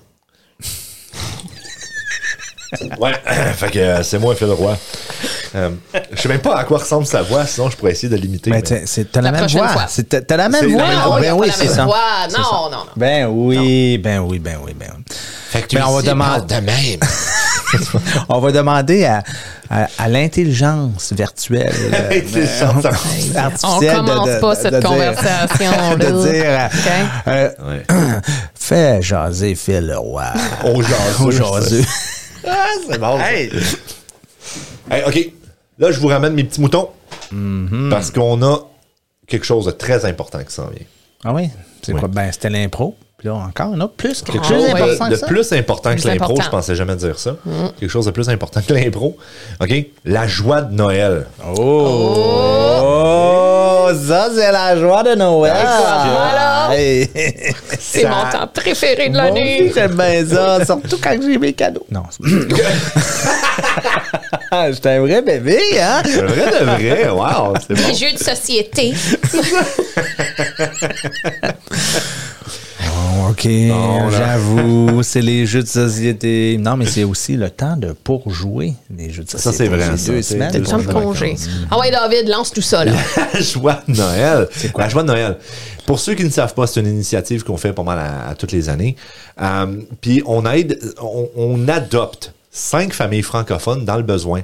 Speaker 1: Ouais. fait que euh, c'est moi, Phil Roy. Euh, je sais même pas à quoi ressemble sa voix, sinon je pourrais essayer de l'imiter.
Speaker 2: Ben,
Speaker 1: Mais
Speaker 2: t'as c'est- t'as la,
Speaker 3: La
Speaker 2: même
Speaker 3: prochaine
Speaker 2: voix.
Speaker 3: fois.
Speaker 2: C'est- T'as t'as la même
Speaker 1: C'est la
Speaker 2: voix.
Speaker 1: même
Speaker 2: Ah,
Speaker 1: voix.
Speaker 2: ben
Speaker 3: Non,
Speaker 2: oui,
Speaker 3: il y a pas
Speaker 2: c'est
Speaker 3: la
Speaker 2: ça.
Speaker 3: même voix.
Speaker 2: C'est
Speaker 3: Non,
Speaker 2: ça.
Speaker 3: non, non.
Speaker 2: Ben oui, ben oui, ben oui, ben oui.
Speaker 1: Fait que
Speaker 2: Ben, on va demander.
Speaker 1: de même.
Speaker 2: On va demander à, à- à l'intelligence virtuelle. euh,
Speaker 1: c'est ça, ça.
Speaker 3: On
Speaker 2: artificielle de-
Speaker 3: commence
Speaker 2: de-
Speaker 3: pas
Speaker 2: de-
Speaker 3: cette
Speaker 2: de dire-
Speaker 3: conversation-là.
Speaker 2: de dire, euh,
Speaker 3: OK?
Speaker 2: euh,
Speaker 1: Ouais.
Speaker 2: fais jaser Phil Roy.
Speaker 1: Au jaseux.
Speaker 2: Au jaseux.
Speaker 1: Ah, c'est bon. ça.
Speaker 2: Hey!
Speaker 1: Hey, OK. Là, je vous ramène mes petits moutons.
Speaker 2: Mm-hmm.
Speaker 1: Parce qu'on a quelque chose de très important qui s'en vient.
Speaker 2: Ah oui? C'est
Speaker 1: Oui.
Speaker 2: quoi? Ben, c'était l'impro. Puis là, encore, on a plus. Quelque
Speaker 1: Quelque
Speaker 2: chose
Speaker 1: chose de-
Speaker 2: d'important que
Speaker 1: de,
Speaker 2: ça.
Speaker 1: plus important que
Speaker 3: Ah, Plus
Speaker 1: l'impro,
Speaker 3: important. Mm.
Speaker 1: je pensais jamais dire ça. Quelque chose de plus important que l'impro. OK? La joie de Noël.
Speaker 3: Ah
Speaker 2: Oh! Ça, c'est la joie de Noël.
Speaker 3: Voilà.
Speaker 2: Hey.
Speaker 3: C'est
Speaker 2: Ça-
Speaker 3: mon temps préféré de
Speaker 2: Bon,
Speaker 3: l'année.
Speaker 2: J'aime bien ça, surtout quand j'ai mes cadeaux. Non. J'étais un vrai bébé, hein?
Speaker 1: C'est vrai de vrai. Wow, c'est bon.
Speaker 3: Les jeux de société.
Speaker 2: Bon, OK, j'avoue, c'est les jeux de société. Non, mais c'est aussi le temps de pour jouer les jeux de société.
Speaker 1: Ça, c'est vrai, ça.
Speaker 2: C'est deux
Speaker 1: C'est
Speaker 2: semaines.
Speaker 1: deux
Speaker 3: Temps de
Speaker 1: Bonjour,
Speaker 3: congé.
Speaker 1: vacances.
Speaker 3: Ah ouais, David, lance tout ça, là.
Speaker 1: La joie de Noël. C'est quoi? La joie de Noël. Pour ceux qui ne savent pas, c'est une initiative qu'on fait pas mal à, à toutes les années. Euh, Puis on aide, on, on adopte cinq familles francophones dans le besoin.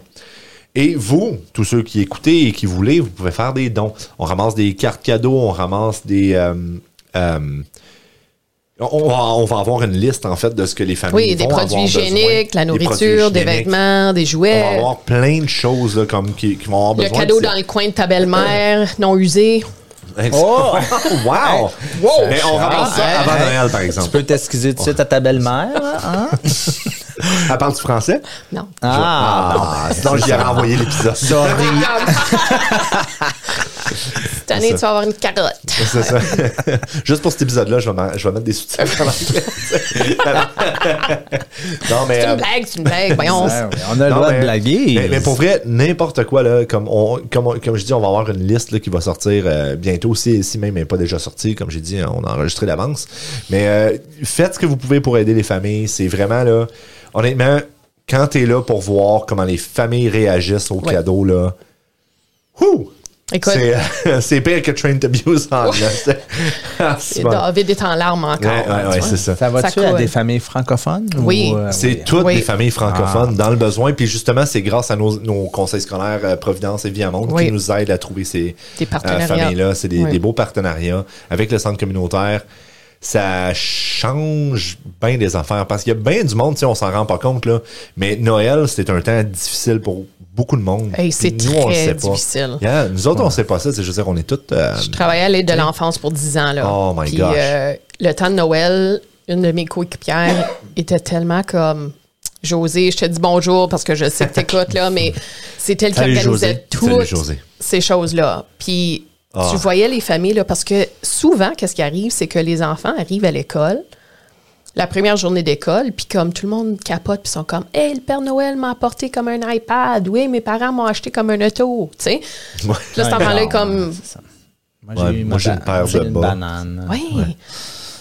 Speaker 1: Et vous, tous ceux qui écoutez et qui voulez, vous pouvez faire des dons. On ramasse des cartes cadeaux, on ramasse des... euh, euh, on on va, on va avoir une liste, en fait, de ce que les familles
Speaker 3: Oui, des
Speaker 1: vont
Speaker 3: produits
Speaker 1: avoir besoin.
Speaker 3: hygiéniques, la
Speaker 1: Des
Speaker 3: nourriture,
Speaker 1: produits
Speaker 3: des
Speaker 1: hygiéniques.
Speaker 3: vêtements, des
Speaker 1: On va
Speaker 3: jouets.
Speaker 1: avoir plein de choses là, comme qui, qui vont avoir
Speaker 3: Le
Speaker 1: besoin.
Speaker 3: cadeau
Speaker 1: de-
Speaker 3: dans le coin de ta belle-mère, non usé.
Speaker 1: Oh! wow! Mais on ramasse ça
Speaker 2: Hey,
Speaker 1: avant
Speaker 2: hey.
Speaker 1: Noël, par
Speaker 2: Tu
Speaker 1: exemple.
Speaker 2: peux t'excuser tout de suite à ta belle-mère, hein?
Speaker 1: Elle parle du Ah, français?
Speaker 3: Non.
Speaker 1: Ah,
Speaker 2: Ah,
Speaker 1: sinon j'y ai renvoyé l'épisode.
Speaker 2: sorry.
Speaker 3: Cette année, tu vas avoir une carotte.
Speaker 1: C'est ça. Juste pour cet épisode-là, je vais, m'en- je vais mettre des sous-titres en anglais. non, mais.
Speaker 3: C'est
Speaker 1: euh,
Speaker 3: une blague, c'est une blague. Voyons.
Speaker 2: Ah, oui, On a le
Speaker 1: non,
Speaker 2: droit
Speaker 1: mais-
Speaker 2: de blaguer.
Speaker 1: Mais, mais pour vrai, n'importe quoi, là, comme, on, comme, on- comme je dis, on va avoir une liste là, qui va sortir euh, bientôt, si, si même elle n'est pas déjà sortie. Comme j'ai dit, hein, on a enregistré d'avance. Mais euh, faites ce que vous pouvez pour aider les familles. C'est vraiment, là, honnêtement, quand tu es là pour voir comment les familles réagissent aux
Speaker 3: Ouais.
Speaker 1: cadeaux, là, whou!
Speaker 3: Écoute,
Speaker 1: c'est c'est pire que Train to Buse en là, c'est- Ah, c'est bon.
Speaker 3: David est en larmes encore.
Speaker 1: Ouais, ouais, ouais,
Speaker 3: tu vois.
Speaker 1: c'est ça.
Speaker 2: Ça va-tu
Speaker 3: Ça
Speaker 2: à
Speaker 3: coule.
Speaker 2: des familles francophones?
Speaker 3: Oui.
Speaker 2: ou, euh,
Speaker 1: C'est
Speaker 2: oui, hein?
Speaker 1: toutes
Speaker 3: Oui.
Speaker 1: les familles francophones dans le besoin. Puis justement, c'est grâce à nos, nos conseils scolaires euh, Providence et Viamonde
Speaker 3: Oui.
Speaker 1: qui nous aident à trouver ces
Speaker 3: Des
Speaker 1: euh,
Speaker 3: partenariats.
Speaker 1: familles-là. C'est des,
Speaker 3: Oui.
Speaker 1: des beaux partenariats avec le centre communautaire. Ça change bien des affaires parce qu'il y a bien du monde, tu sais, on s'en rend pas compte, là. Mais Noël, c'est un temps difficile pour beaucoup de monde.
Speaker 3: Hey, c'est
Speaker 1: Puis nous, on le
Speaker 3: très
Speaker 1: sait pas.
Speaker 3: difficile.
Speaker 1: Yeah, nous autres, on sait pas ça. C'est- Je veux dire, on est tous. euh,
Speaker 3: Je travaillais à l'aide de l'enfance pour 10 ans. Là.
Speaker 1: Oh my
Speaker 3: Puis,
Speaker 1: gosh.
Speaker 3: euh, le temps de Noël, une de mes coéquipières était tellement comme. José, je te dis bonjour parce que je sais que t'écoutes, là, mais c'est elle qui
Speaker 2: Salut,
Speaker 3: organisait
Speaker 2: José.
Speaker 1: Salut,
Speaker 3: toutes
Speaker 1: José.
Speaker 3: ces choses-là. Puis
Speaker 1: Ah.
Speaker 3: tu voyais les familles, là, parce que souvent, qu'est-ce qui arrive, c'est que les enfants arrivent à l'école, la première journée d'école, puis comme tout le monde capote, puis sont comme Hey, le Père Noël m'a apporté comme un iPad, oui, mes parents m'ont aché comme un auto, tu sais.
Speaker 1: Ouais. Ah,
Speaker 3: Là, cet enfant-là est comme
Speaker 2: C'est ça. Moi,
Speaker 1: Ouais,
Speaker 2: j'ai eu
Speaker 1: moi,
Speaker 2: ma
Speaker 1: j'ai une
Speaker 2: ba-
Speaker 1: paire
Speaker 2: j'ai
Speaker 1: de
Speaker 2: une
Speaker 1: bas.
Speaker 2: banane.
Speaker 3: Oui.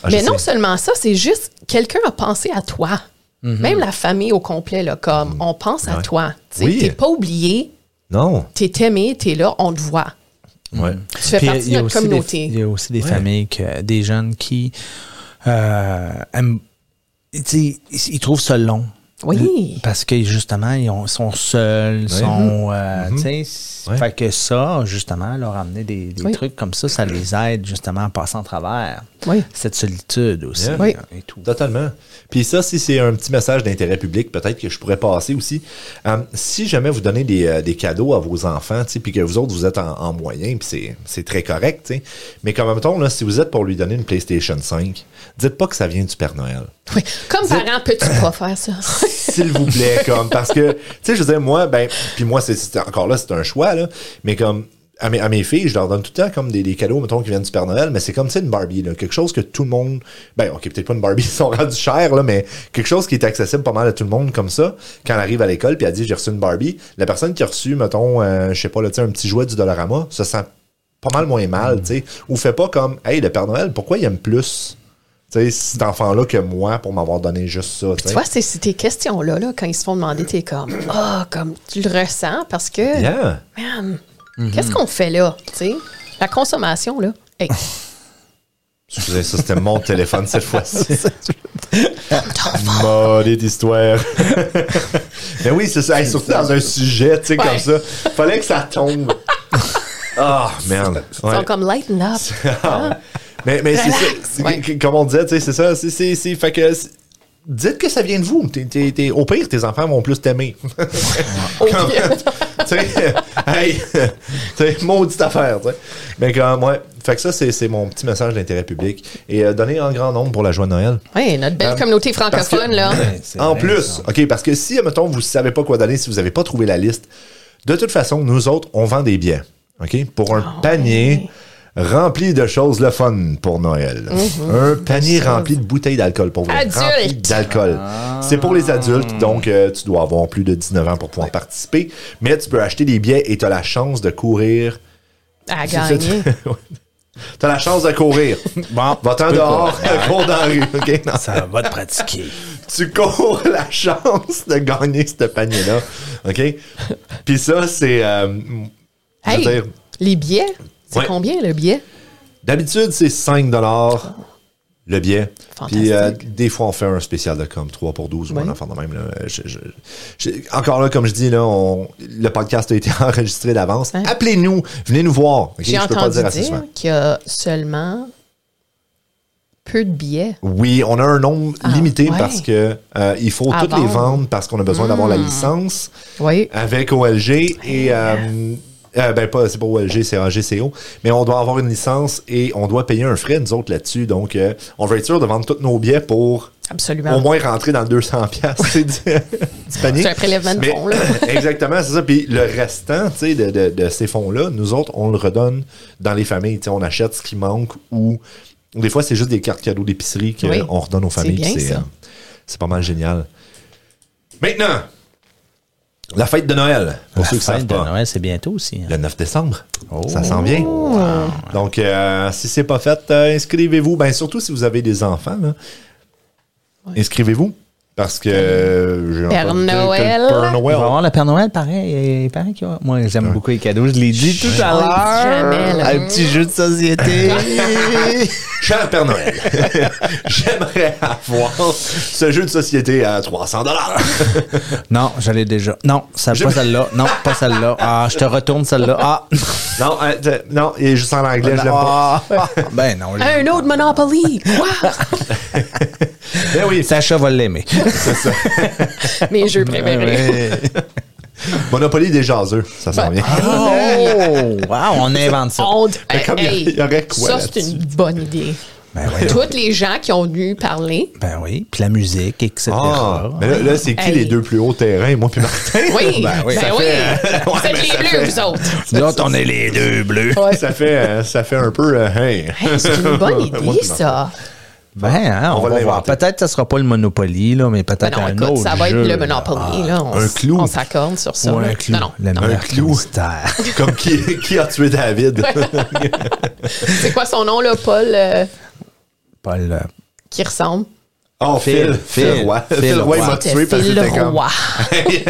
Speaker 1: Ah, je
Speaker 3: Mais non
Speaker 1: sais.
Speaker 3: seulement ça, c'est juste quelqu'un a pensé à toi. Même la famille au complet, là, comme on pense à
Speaker 1: Mhm. Ouais.
Speaker 3: toi. Tu sais,
Speaker 1: Oui.
Speaker 3: T'es pas oublié,
Speaker 1: Non. Mm.
Speaker 3: t'es aimé, t'es là, on te voit.
Speaker 1: Ouais.
Speaker 3: Tu fais
Speaker 2: Puis,
Speaker 3: partie
Speaker 2: il y
Speaker 3: de
Speaker 2: a
Speaker 3: notre
Speaker 2: aussi des-
Speaker 3: communauté.
Speaker 2: Il y a aussi des
Speaker 1: Ouais.
Speaker 2: familles, que, des jeunes qui euh, aiment- tu sais, ils, ils trouvent ça long.
Speaker 3: Oui.
Speaker 2: Parce que justement, ils ont- sont seuls, sont. euh, tu sais, c'est-
Speaker 1: Mhm. Ouais.
Speaker 2: Fait que ça, justement, leur amener des, des
Speaker 3: Oui.
Speaker 2: trucs comme ça, ça les aide justement à passer en travers.
Speaker 3: Oui.
Speaker 2: Cette solitude aussi.
Speaker 1: Yeah.
Speaker 3: Oui.
Speaker 2: Et tout.
Speaker 1: Totalement. Puis ça, si c'est un petit message d'intérêt public, peut-être que je pourrais passer aussi. Euh, si jamais vous donnez des, euh, des cadeaux à vos enfants, tu sais, puis que vous autres, vous êtes en, en moyen, puis c'est- c'est très correct, tu sais. mais quand même temps, là, si vous êtes pour lui donner une PlayStation 5, dites pas que ça vient du Père Noël.
Speaker 3: Oui. Comme parent, peux-tu pas faire ça?
Speaker 1: S'il vous plaît, comme, parce que, tu sais, je veux dire, moi, ben, puis moi, c'est- c'est encore là, c'est un choix, là, mais comme, à mes, à mes filles, je leur donne tout le temps comme des, des cadeaux, mettons, qui viennent du Père Noël, mais c'est comme, tu sais, une Barbie, là, quelque chose que tout le monde, ben, ok, peut-être pas une Barbie, ils sont rendus chers, là, mais quelque chose qui est accessible pas mal à tout le monde, comme ça, quand elle arrive à l'école, puis elle dit, j'ai reçu une Barbie, la personne qui a reçu, mettons, euh, je sais pas, là, tu sais, un petit jouet du Dollarama, se sent pas mal moins
Speaker 3: Mm.
Speaker 1: mal, tu sais, ou fait pas comme, hey, le Père Noël, pourquoi il aime plus? tu sais, cet enfant-là que moi pour m'avoir donné juste ça. tu
Speaker 3: Tu
Speaker 1: sais.
Speaker 3: vois, c'est c'est tes questions-là, là, quand ils se font demander, t'es comme Ah, comme tu le ressens parce que
Speaker 1: Yeah. Mhm.
Speaker 3: Man, qu'est-ce qu'on fait là? Tu sais? La consommation, là. Hey,
Speaker 1: Excusez, ça c'était mon téléphone cette fois-ci. Maudite histoire. Mais oui, c'est ça. Hey, surtout dans un sujet, tu sais,
Speaker 3: Ouais.
Speaker 1: comme ça. Fallait que ça tombe. Ah, merde.
Speaker 3: ils
Speaker 1: Ouais.
Speaker 3: sont comme lighten up.
Speaker 1: Ah. Mais, mais c'est ça.
Speaker 3: Relax,
Speaker 1: C-
Speaker 3: ouais.
Speaker 1: c- Comme on disait, tu sais, c'est ça. C'est, c'est, c'est- fait que c'est- dites que ça vient de vous. T'es- t'es- t'es- au pire, tes enfants vont plus t'aimer.
Speaker 3: Au
Speaker 1: Comme-
Speaker 3: pire.
Speaker 1: tu sais, hey, tu sais, maudite affaire, tu sais. Mais quand, ouais. Fait que ça, c'est c'est mon petit message d'intérêt public. Et euh, donner en grand nombre pour la joie de Noël.
Speaker 3: Oui, notre belle
Speaker 1: Euh,
Speaker 3: communauté
Speaker 1: parce que-
Speaker 3: francophone, là.
Speaker 2: C'est
Speaker 1: En
Speaker 2: vrai,
Speaker 1: plus,
Speaker 2: ça.
Speaker 1: OK, parce que si, mettons, vous ne savez pas quoi donner, si vous n'avez pas trouvé la liste, de toute façon, nous autres, on vend des biens, OK, pour
Speaker 3: Ah
Speaker 1: un panier rempli de choses le fun pour Noël. Un panier rempli de bouteilles d'alcool pour vous. Rempli
Speaker 3: Mhm. Adulte.
Speaker 1: d'alcool.
Speaker 2: Ah.
Speaker 1: C'est pour les adultes, donc euh, tu dois avoir plus de 19 ans pour pouvoir participer, mais tu peux acheter des billets et tu as la chance de courir.
Speaker 3: À
Speaker 1: Tu
Speaker 3: gagner.
Speaker 1: as la chance de courir.
Speaker 2: Bon,
Speaker 1: Va-t'en
Speaker 2: tu peux
Speaker 1: dehors, cours dans la rue. OK? Non.
Speaker 2: Ça euh, va te pratiquer.
Speaker 1: tu cours la chance de gagner ce panier-là. OK? Puis ça, c'est. euh, je veux
Speaker 3: Hey,
Speaker 1: dire,
Speaker 3: les billets, c'est
Speaker 1: Ouais.
Speaker 3: combien le billet?
Speaker 1: D'habitude, c'est 5 le billet.
Speaker 3: Fantastique.
Speaker 1: Puis euh, des fois, on fait un spécial de comme 3 pour 12 ou un
Speaker 3: Oui.
Speaker 1: enfant de même. là. Je- je- je- encore là, comme je dis, là, on- le podcast a été enregistré d'avance.
Speaker 3: Hein?
Speaker 1: Appelez-nous, venez nous voir. OK?
Speaker 3: J'ai
Speaker 1: Je peux pas le
Speaker 3: entendu
Speaker 1: dire
Speaker 3: dire,
Speaker 1: assez souvent.
Speaker 3: qu'il y a seulement peu de billets.
Speaker 1: Oui, on a un nombre
Speaker 3: Ah,
Speaker 1: limité
Speaker 3: ouais.
Speaker 1: parce que euh, il faut
Speaker 3: À
Speaker 1: toutes les
Speaker 3: vendre. Hmm.
Speaker 1: vendre parce qu'on a besoin d'avoir la licence.
Speaker 3: Oui.
Speaker 1: avec OLG et euh, euh, ben pas c'est pas OLG c'est AGCO mais on doit avoir une licence et on doit payer un frais nous autres là-dessus donc euh, on va être sûr de vendre tous nos billets pour
Speaker 3: Absolument.
Speaker 1: au moins rentrer dans le 200 piastres tu sais, du, du panier
Speaker 3: C'est un prélèvement de
Speaker 1: Mais-
Speaker 3: fonds, là.
Speaker 1: exactement c'est ça puis le restant tu sais de, de- de ces fonds là nous autres on le redonne dans les familles tu sais on achète ce qui manque ou des fois c'est juste des cartes cadeaux d'épicerie qu'on
Speaker 3: Oui.
Speaker 1: redonne aux
Speaker 3: C'est
Speaker 1: familles
Speaker 3: bien,
Speaker 1: puis c'est
Speaker 3: ça.
Speaker 1: euh, c'est pas mal génial maintenant la fête de Noël, pour
Speaker 2: La
Speaker 1: ceux qui
Speaker 2: fête
Speaker 1: savent
Speaker 2: de
Speaker 1: pas.
Speaker 2: Noël, Oh. c'est bientôt aussi. hein.
Speaker 1: Le 9 décembre. Ça s'en vient. Donc, euh, si c'est pas fait, euh, inscrivez-vous. Ben, surtout si vous avez des enfants, là. inscrivez-vous. Parce que euh, j'ai
Speaker 3: Père
Speaker 1: entendu dire que le
Speaker 3: Noël.
Speaker 1: Père
Speaker 2: Il va y
Speaker 1: Noël.
Speaker 2: avoir le Père Noël, pareil. et pareil qu'il va- Moi, j'aime beaucoup les cadeaux. Je l'ai dit tout à
Speaker 3: On le dit Oh, jamais,
Speaker 2: l'heure.
Speaker 3: là.
Speaker 2: Un petit jeu de société.
Speaker 1: Cher Père Noël, j'aimerais avoir ce jeu de société à 300 dollars.
Speaker 2: non, j'allais déjà. Non, ça, pas celle-là. Non, pas celle-là. Ah, je te retourne celle-là. Ah,
Speaker 1: non, euh, t- non, il est juste en anglais, je l'aime pas.
Speaker 2: Ah. ben non. je-
Speaker 3: Un autre Monopoly! Wow!
Speaker 1: Ben oui,
Speaker 2: Sacha va l'aimer.
Speaker 3: Mes jeux préférés.
Speaker 1: Monopoly des jaseux, ça s'en vient.
Speaker 2: Oh, wow, on invente ça.
Speaker 3: On-
Speaker 1: Ah! Mais
Speaker 3: hey,
Speaker 1: comme il y a- il y aurait quoi
Speaker 3: ça, c'est
Speaker 1: là-dessus?
Speaker 3: une bonne idée.
Speaker 2: Ben oui.
Speaker 3: Toutes les gens qui ont dû parler,
Speaker 2: Ben oui, puis la musique, etc.
Speaker 1: Ah,
Speaker 2: ben,
Speaker 1: mais là, là, c'est qui
Speaker 3: Hey.
Speaker 1: les deux plus hauts terrains, moi puis Martin?
Speaker 3: oui, ben
Speaker 2: oui.
Speaker 3: oui,
Speaker 2: Ça
Speaker 1: euh,
Speaker 3: vous
Speaker 1: ben
Speaker 3: êtes les bleus, vous autres.
Speaker 2: L'autre, on est les deux bleus.
Speaker 1: Ça fait, euh, ça fait un peu, euh, hey.
Speaker 3: Hey, c'est une bonne
Speaker 1: Moi,
Speaker 3: idée,
Speaker 1: puis Martin.
Speaker 3: ça.
Speaker 2: Ben, hein, on,
Speaker 1: On va
Speaker 2: va, voir.
Speaker 1: l'inventer.
Speaker 2: Peut-être que ce sera pas le Monopoly, là, mais
Speaker 3: Ben
Speaker 2: peut-être
Speaker 3: non,
Speaker 2: un
Speaker 3: écoute,
Speaker 2: autre
Speaker 3: ça va être
Speaker 2: jeu,
Speaker 3: le
Speaker 2: Ah, là.
Speaker 3: Monopoly. là, on,
Speaker 1: un
Speaker 3: s-
Speaker 1: clou.
Speaker 3: On s'accorde sur ça.
Speaker 2: Ou
Speaker 3: là.
Speaker 2: un clou.
Speaker 3: Non,
Speaker 2: le
Speaker 3: non, non.
Speaker 2: meilleur
Speaker 1: clou.
Speaker 2: mystère.
Speaker 1: Comme qui, qui a tué David?
Speaker 3: C'est quoi son nom, là, Paul, euh,
Speaker 2: Pas le...
Speaker 3: qui ressemble?
Speaker 1: Oh, Phil. Phil,
Speaker 2: Phil, Phil,
Speaker 1: Roy.
Speaker 2: Phil
Speaker 1: Phil Roy m'a
Speaker 3: C'était
Speaker 1: tué parce que
Speaker 3: Phil
Speaker 1: c'était comme.
Speaker 3: Roy.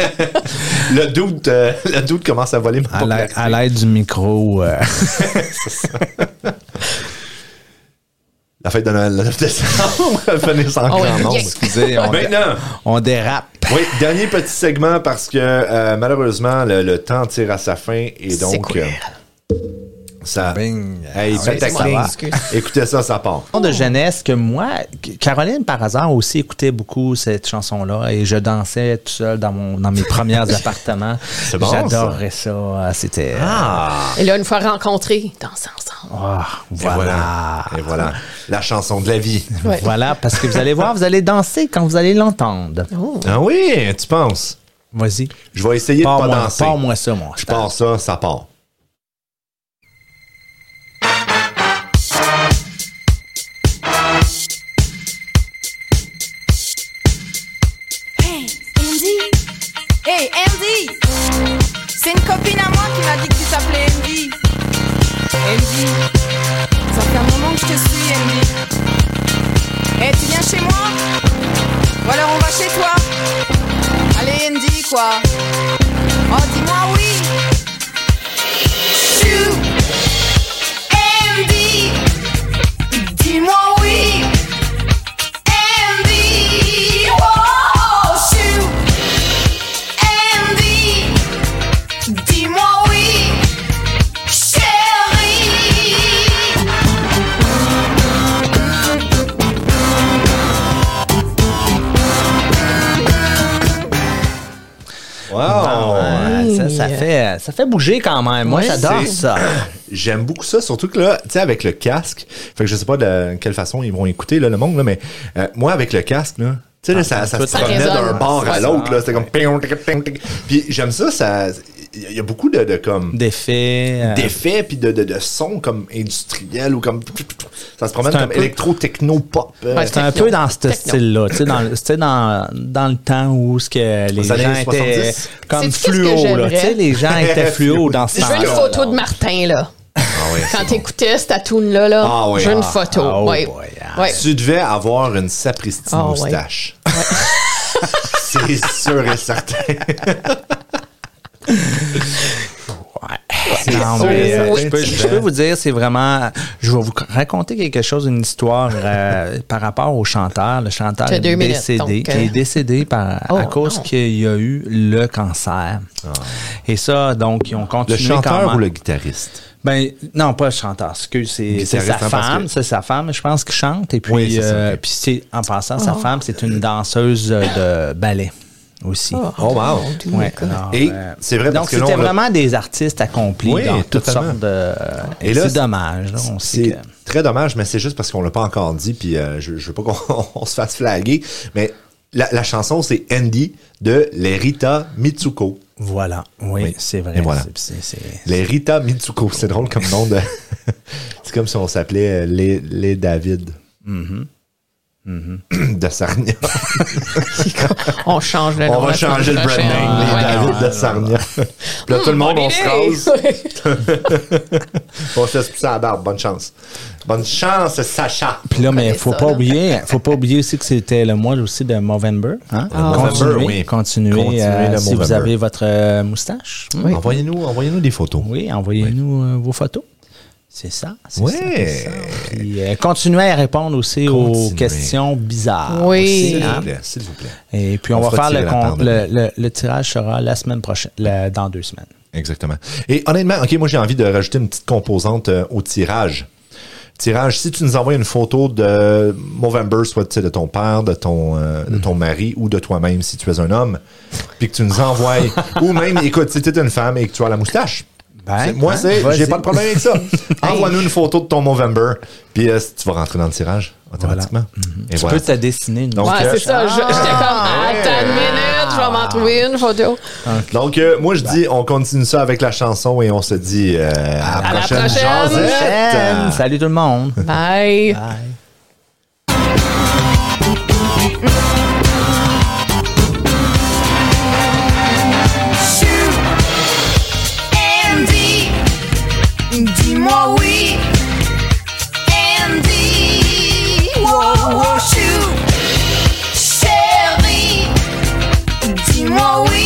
Speaker 1: le, doute, euh, le doute commence à voler ma
Speaker 2: À l'aide-
Speaker 1: popularité.
Speaker 2: à l'aide du micro. euh,
Speaker 1: La fête de Noël, le 9 décembre. Venez sans
Speaker 3: Oh,
Speaker 1: grand nombre.
Speaker 3: yes.
Speaker 2: excusez, on, dé-
Speaker 1: Maintenant,
Speaker 2: on dérape.
Speaker 1: oui, dernier petit segment parce que euh, malheureusement, le, le temps tire à sa fin et
Speaker 3: C'est
Speaker 1: donc.
Speaker 3: cool.
Speaker 1: euh, ça.
Speaker 2: Bing.
Speaker 1: Hey,
Speaker 2: Ah,
Speaker 1: faites
Speaker 2: oui,
Speaker 1: la
Speaker 2: ça
Speaker 1: cling.
Speaker 2: va.
Speaker 3: Excuse.
Speaker 1: Écoutez ça, ça part.
Speaker 2: de jeunesse que moi, Caroline par hasard aussi écoutait beaucoup cette chanson-là et je dansais tout seul dans, mon, dans mes premiers appartements.
Speaker 1: bon, ça.
Speaker 2: J'adorais ça. Ah, C'était.
Speaker 1: Ah!
Speaker 3: Et là, une fois rencontrés, dansez ensemble.
Speaker 2: Ah,
Speaker 1: Et voilà.
Speaker 2: voilà.
Speaker 1: Et voilà. La chanson de la vie.
Speaker 3: Ouais.
Speaker 2: Voilà, parce que vous allez voir, vous allez danser quand vous allez l'entendre.
Speaker 3: Oh.
Speaker 1: Ah oui, tu penses?
Speaker 2: Vas-y.
Speaker 1: Je vais essayer de pas
Speaker 2: Pars-moi
Speaker 1: danser.
Speaker 2: pars-moi ça, moi.
Speaker 1: Je pars ça, ça part.
Speaker 4: Hey, Andy! Hey, Andy! C'est une copine à moi qui m'a dit que tu t'appelais Andy. Andy, ça fait un moment que je te suis, Andy. Hey, tu viens chez moi? Ou alors on va chez toi? Allez, Andy, quoi. Oh, dis-moi oui! Chou! Andy! Dis-moi oui! Andy, oh, shoot. Andy, dis-moi oui, chérie.
Speaker 2: Ah ça,
Speaker 3: euh,
Speaker 2: fait, ça fait bouger quand même. Moi,
Speaker 3: Ouais.
Speaker 2: j'adore
Speaker 1: C'est-
Speaker 2: ça.
Speaker 1: J'aime beaucoup ça, surtout que là, tu sais, avec le casque, fait que je sais pas de quelle façon ils vont écouter là, le monde, là, mais euh, moi, avec le casque, là, tu sais, là, ça, ça
Speaker 2: tout
Speaker 1: se
Speaker 2: ça
Speaker 1: promenait
Speaker 3: résonne.
Speaker 1: d'un bord à
Speaker 2: Ouais.
Speaker 1: l'autre, là, c'était comme... ping, tic, ping, tic. Puis j'aime ça, ça... Il y a beaucoup de, de comme...
Speaker 2: D'effets. euh,
Speaker 1: d'effets puis de, de, de sons comme industriels ou comme ça se promène
Speaker 2: C'est un
Speaker 1: comme
Speaker 2: peu-
Speaker 1: électro-techno-pop euh,
Speaker 3: Ouais,
Speaker 2: C'est un peu dans ce
Speaker 3: Techno.
Speaker 2: style-là. Tu sais, dans, le- c'était dans, dans le temps où ce que les
Speaker 1: Aux
Speaker 2: gens
Speaker 1: années
Speaker 2: étaient
Speaker 1: 70.
Speaker 3: C'est-tu
Speaker 2: comme
Speaker 3: qu'est-ce que
Speaker 2: fluo. là.
Speaker 3: j'aimerais?
Speaker 2: Tu sais, les gens étaient fluo dans ce
Speaker 1: Je
Speaker 3: Je
Speaker 2: temps-là.
Speaker 3: veux une
Speaker 1: Ah,
Speaker 3: photo
Speaker 2: là.
Speaker 3: de Martin, là.
Speaker 1: ouais, c'est
Speaker 3: Quand
Speaker 1: bon.
Speaker 3: t'écoutais cette tune-là, là,
Speaker 1: Ah ouais,
Speaker 3: je veux une
Speaker 1: ah,
Speaker 3: photo.
Speaker 2: ah, oh
Speaker 3: ouais.
Speaker 2: boy, ah.
Speaker 3: Ouais.
Speaker 1: Tu devais avoir une sapristi
Speaker 3: Ah, ouais.
Speaker 1: moustache. C'est sûr et certain.
Speaker 2: Non,
Speaker 1: sûr,
Speaker 2: mais,
Speaker 1: ça
Speaker 2: euh,
Speaker 1: fait
Speaker 2: je, peux,
Speaker 1: du
Speaker 2: je
Speaker 1: bien.
Speaker 2: peux vous dire, c'est vraiment. Je vais vous raconter quelque chose, une histoire euh, par rapport au chanteur. Le chanteur
Speaker 3: T'as
Speaker 2: est
Speaker 3: deux minutes,
Speaker 2: décédé,
Speaker 3: donc,
Speaker 2: qui
Speaker 3: euh,
Speaker 2: est décédé par,
Speaker 3: Oh,
Speaker 2: à cause
Speaker 3: non.
Speaker 2: qu'il y a eu le cancer. Et ça, donc, ils ont
Speaker 1: Ah. Le
Speaker 2: continué quand
Speaker 1: chanteur
Speaker 2: même.
Speaker 1: ou le guitariste?
Speaker 2: Ben, non, pas le chanteur. Excuse, c'est c'est
Speaker 1: Guitariste,
Speaker 2: sa
Speaker 1: hein, parce
Speaker 2: femme.
Speaker 1: que-
Speaker 2: C'est sa femme, je pense, qui chante. Et puis,
Speaker 1: Oui, c'est ça,
Speaker 2: euh,
Speaker 1: ok.
Speaker 2: puis c'est, en passant,
Speaker 3: Oh.
Speaker 2: sa femme, c'est une danseuse euh, de ballet aussi.
Speaker 1: Oh, wow.
Speaker 2: Ouais, alors,
Speaker 1: Et
Speaker 2: euh,
Speaker 1: c'est vrai parce
Speaker 2: donc
Speaker 1: que là,
Speaker 2: c'était
Speaker 1: on a-
Speaker 2: vraiment des artistes accomplis
Speaker 1: Oui,
Speaker 2: dans toutes
Speaker 1: totalement.
Speaker 2: sortes de.
Speaker 1: Et
Speaker 2: Et
Speaker 1: là,
Speaker 2: c'est
Speaker 1: c'est-
Speaker 2: dommage. là, on sait
Speaker 1: C'est
Speaker 2: que-
Speaker 1: très dommage, mais c'est juste parce qu'on l'a pas encore dit, puis euh, je, je veux pas qu'on on se fasse flaguer, mais la, la chanson, c'est Andy de Lerita Mitsuko.
Speaker 2: Voilà. Oui, c'est vrai.
Speaker 1: Et voilà.
Speaker 2: C'est- c'est- c'est-
Speaker 1: Lerita Mitsuko, c'est drôle comme nom de... c'est comme si on s'appelait euh, les, les David.
Speaker 2: Mm-hmm.
Speaker 1: de Sarnia.
Speaker 3: On change
Speaker 2: Ben,
Speaker 3: le nom.
Speaker 1: On va
Speaker 3: la semaine
Speaker 1: changer le brand
Speaker 3: prochaine.
Speaker 1: name, les
Speaker 3: Ouais.
Speaker 1: David de Sarnia. Puis là, tout le monde,
Speaker 3: Bonne
Speaker 1: on se
Speaker 3: idée.
Speaker 1: rase. On se laisse pousser à la barbe. Bonne chance. Bonne chance, Sacha.
Speaker 2: Puis là, mais
Speaker 3: connaît
Speaker 2: faut
Speaker 3: ça,
Speaker 2: pas
Speaker 3: là.
Speaker 2: oublier, faut pas oublier aussi que c'était le mois aussi de Movember. Hein?
Speaker 1: Ah.
Speaker 2: Continuez,
Speaker 1: Movember, oui.
Speaker 2: continuez,
Speaker 1: Continuez
Speaker 2: euh,
Speaker 1: le
Speaker 2: si vous
Speaker 1: Movember.
Speaker 2: avez votre euh, moustache. Oui.
Speaker 1: Envoyez-nous envoyez des photos.
Speaker 2: Oui, envoyez-nous euh, vos photos. C'est ça. c'est
Speaker 1: Ouais.
Speaker 2: ça, c'est ça. Puis, euh, continuez à répondre aussi aux
Speaker 1: Continuez.
Speaker 2: questions bizarres.
Speaker 3: Oui.
Speaker 2: aussi,
Speaker 1: S'il
Speaker 2: hein.
Speaker 1: vous plaît, s'il vous plaît.
Speaker 2: Et puis, on,
Speaker 1: On
Speaker 2: va
Speaker 1: fera
Speaker 2: faire le,
Speaker 1: tirer la
Speaker 2: con-
Speaker 1: part de
Speaker 2: le, le- le tirage sera la semaine prochaine, la- dans deux semaines.
Speaker 1: Exactement. Et honnêtement, OK, moi, j'ai envie de rajouter une petite composante euh, au tirage. Tirage, si tu nous envoies une photo de Movember, soit tu sais, de ton père, de ton, euh, de
Speaker 2: Mm.
Speaker 1: ton mari ou de toi-même, si tu es un homme, puis que tu nous envoies, ou même, écoute, si tu es une femme et que tu as la moustache,
Speaker 2: Ben,
Speaker 1: c'est- moi,
Speaker 2: hein,
Speaker 1: c'est, j'ai
Speaker 2: vas-y.
Speaker 1: pas de problème avec ça. Envoie-nous une photo de ton Movember, puis euh, tu vas rentrer dans le tirage automatiquement. Et
Speaker 2: Mm-hmm. Tu
Speaker 1: voilà.
Speaker 2: peux te dessiner une
Speaker 1: Donc,
Speaker 3: Ouais,
Speaker 1: euh,
Speaker 3: c'est ça. Je- J'étais comme,
Speaker 2: Ah,
Speaker 3: attends une minute, je vais m'en trouver une photo.
Speaker 1: Donc, euh, moi, je dis, on continue ça avec la chanson et on se dit euh, à, la
Speaker 3: la
Speaker 1: prochaine,
Speaker 3: prochaine.
Speaker 1: Josette.
Speaker 2: prochaine. Salut tout le monde.
Speaker 3: Bye.
Speaker 2: Bye.
Speaker 4: Andy, dis-moi oui. Andy, wow, wow, chou. Chérie, dis-moi oui.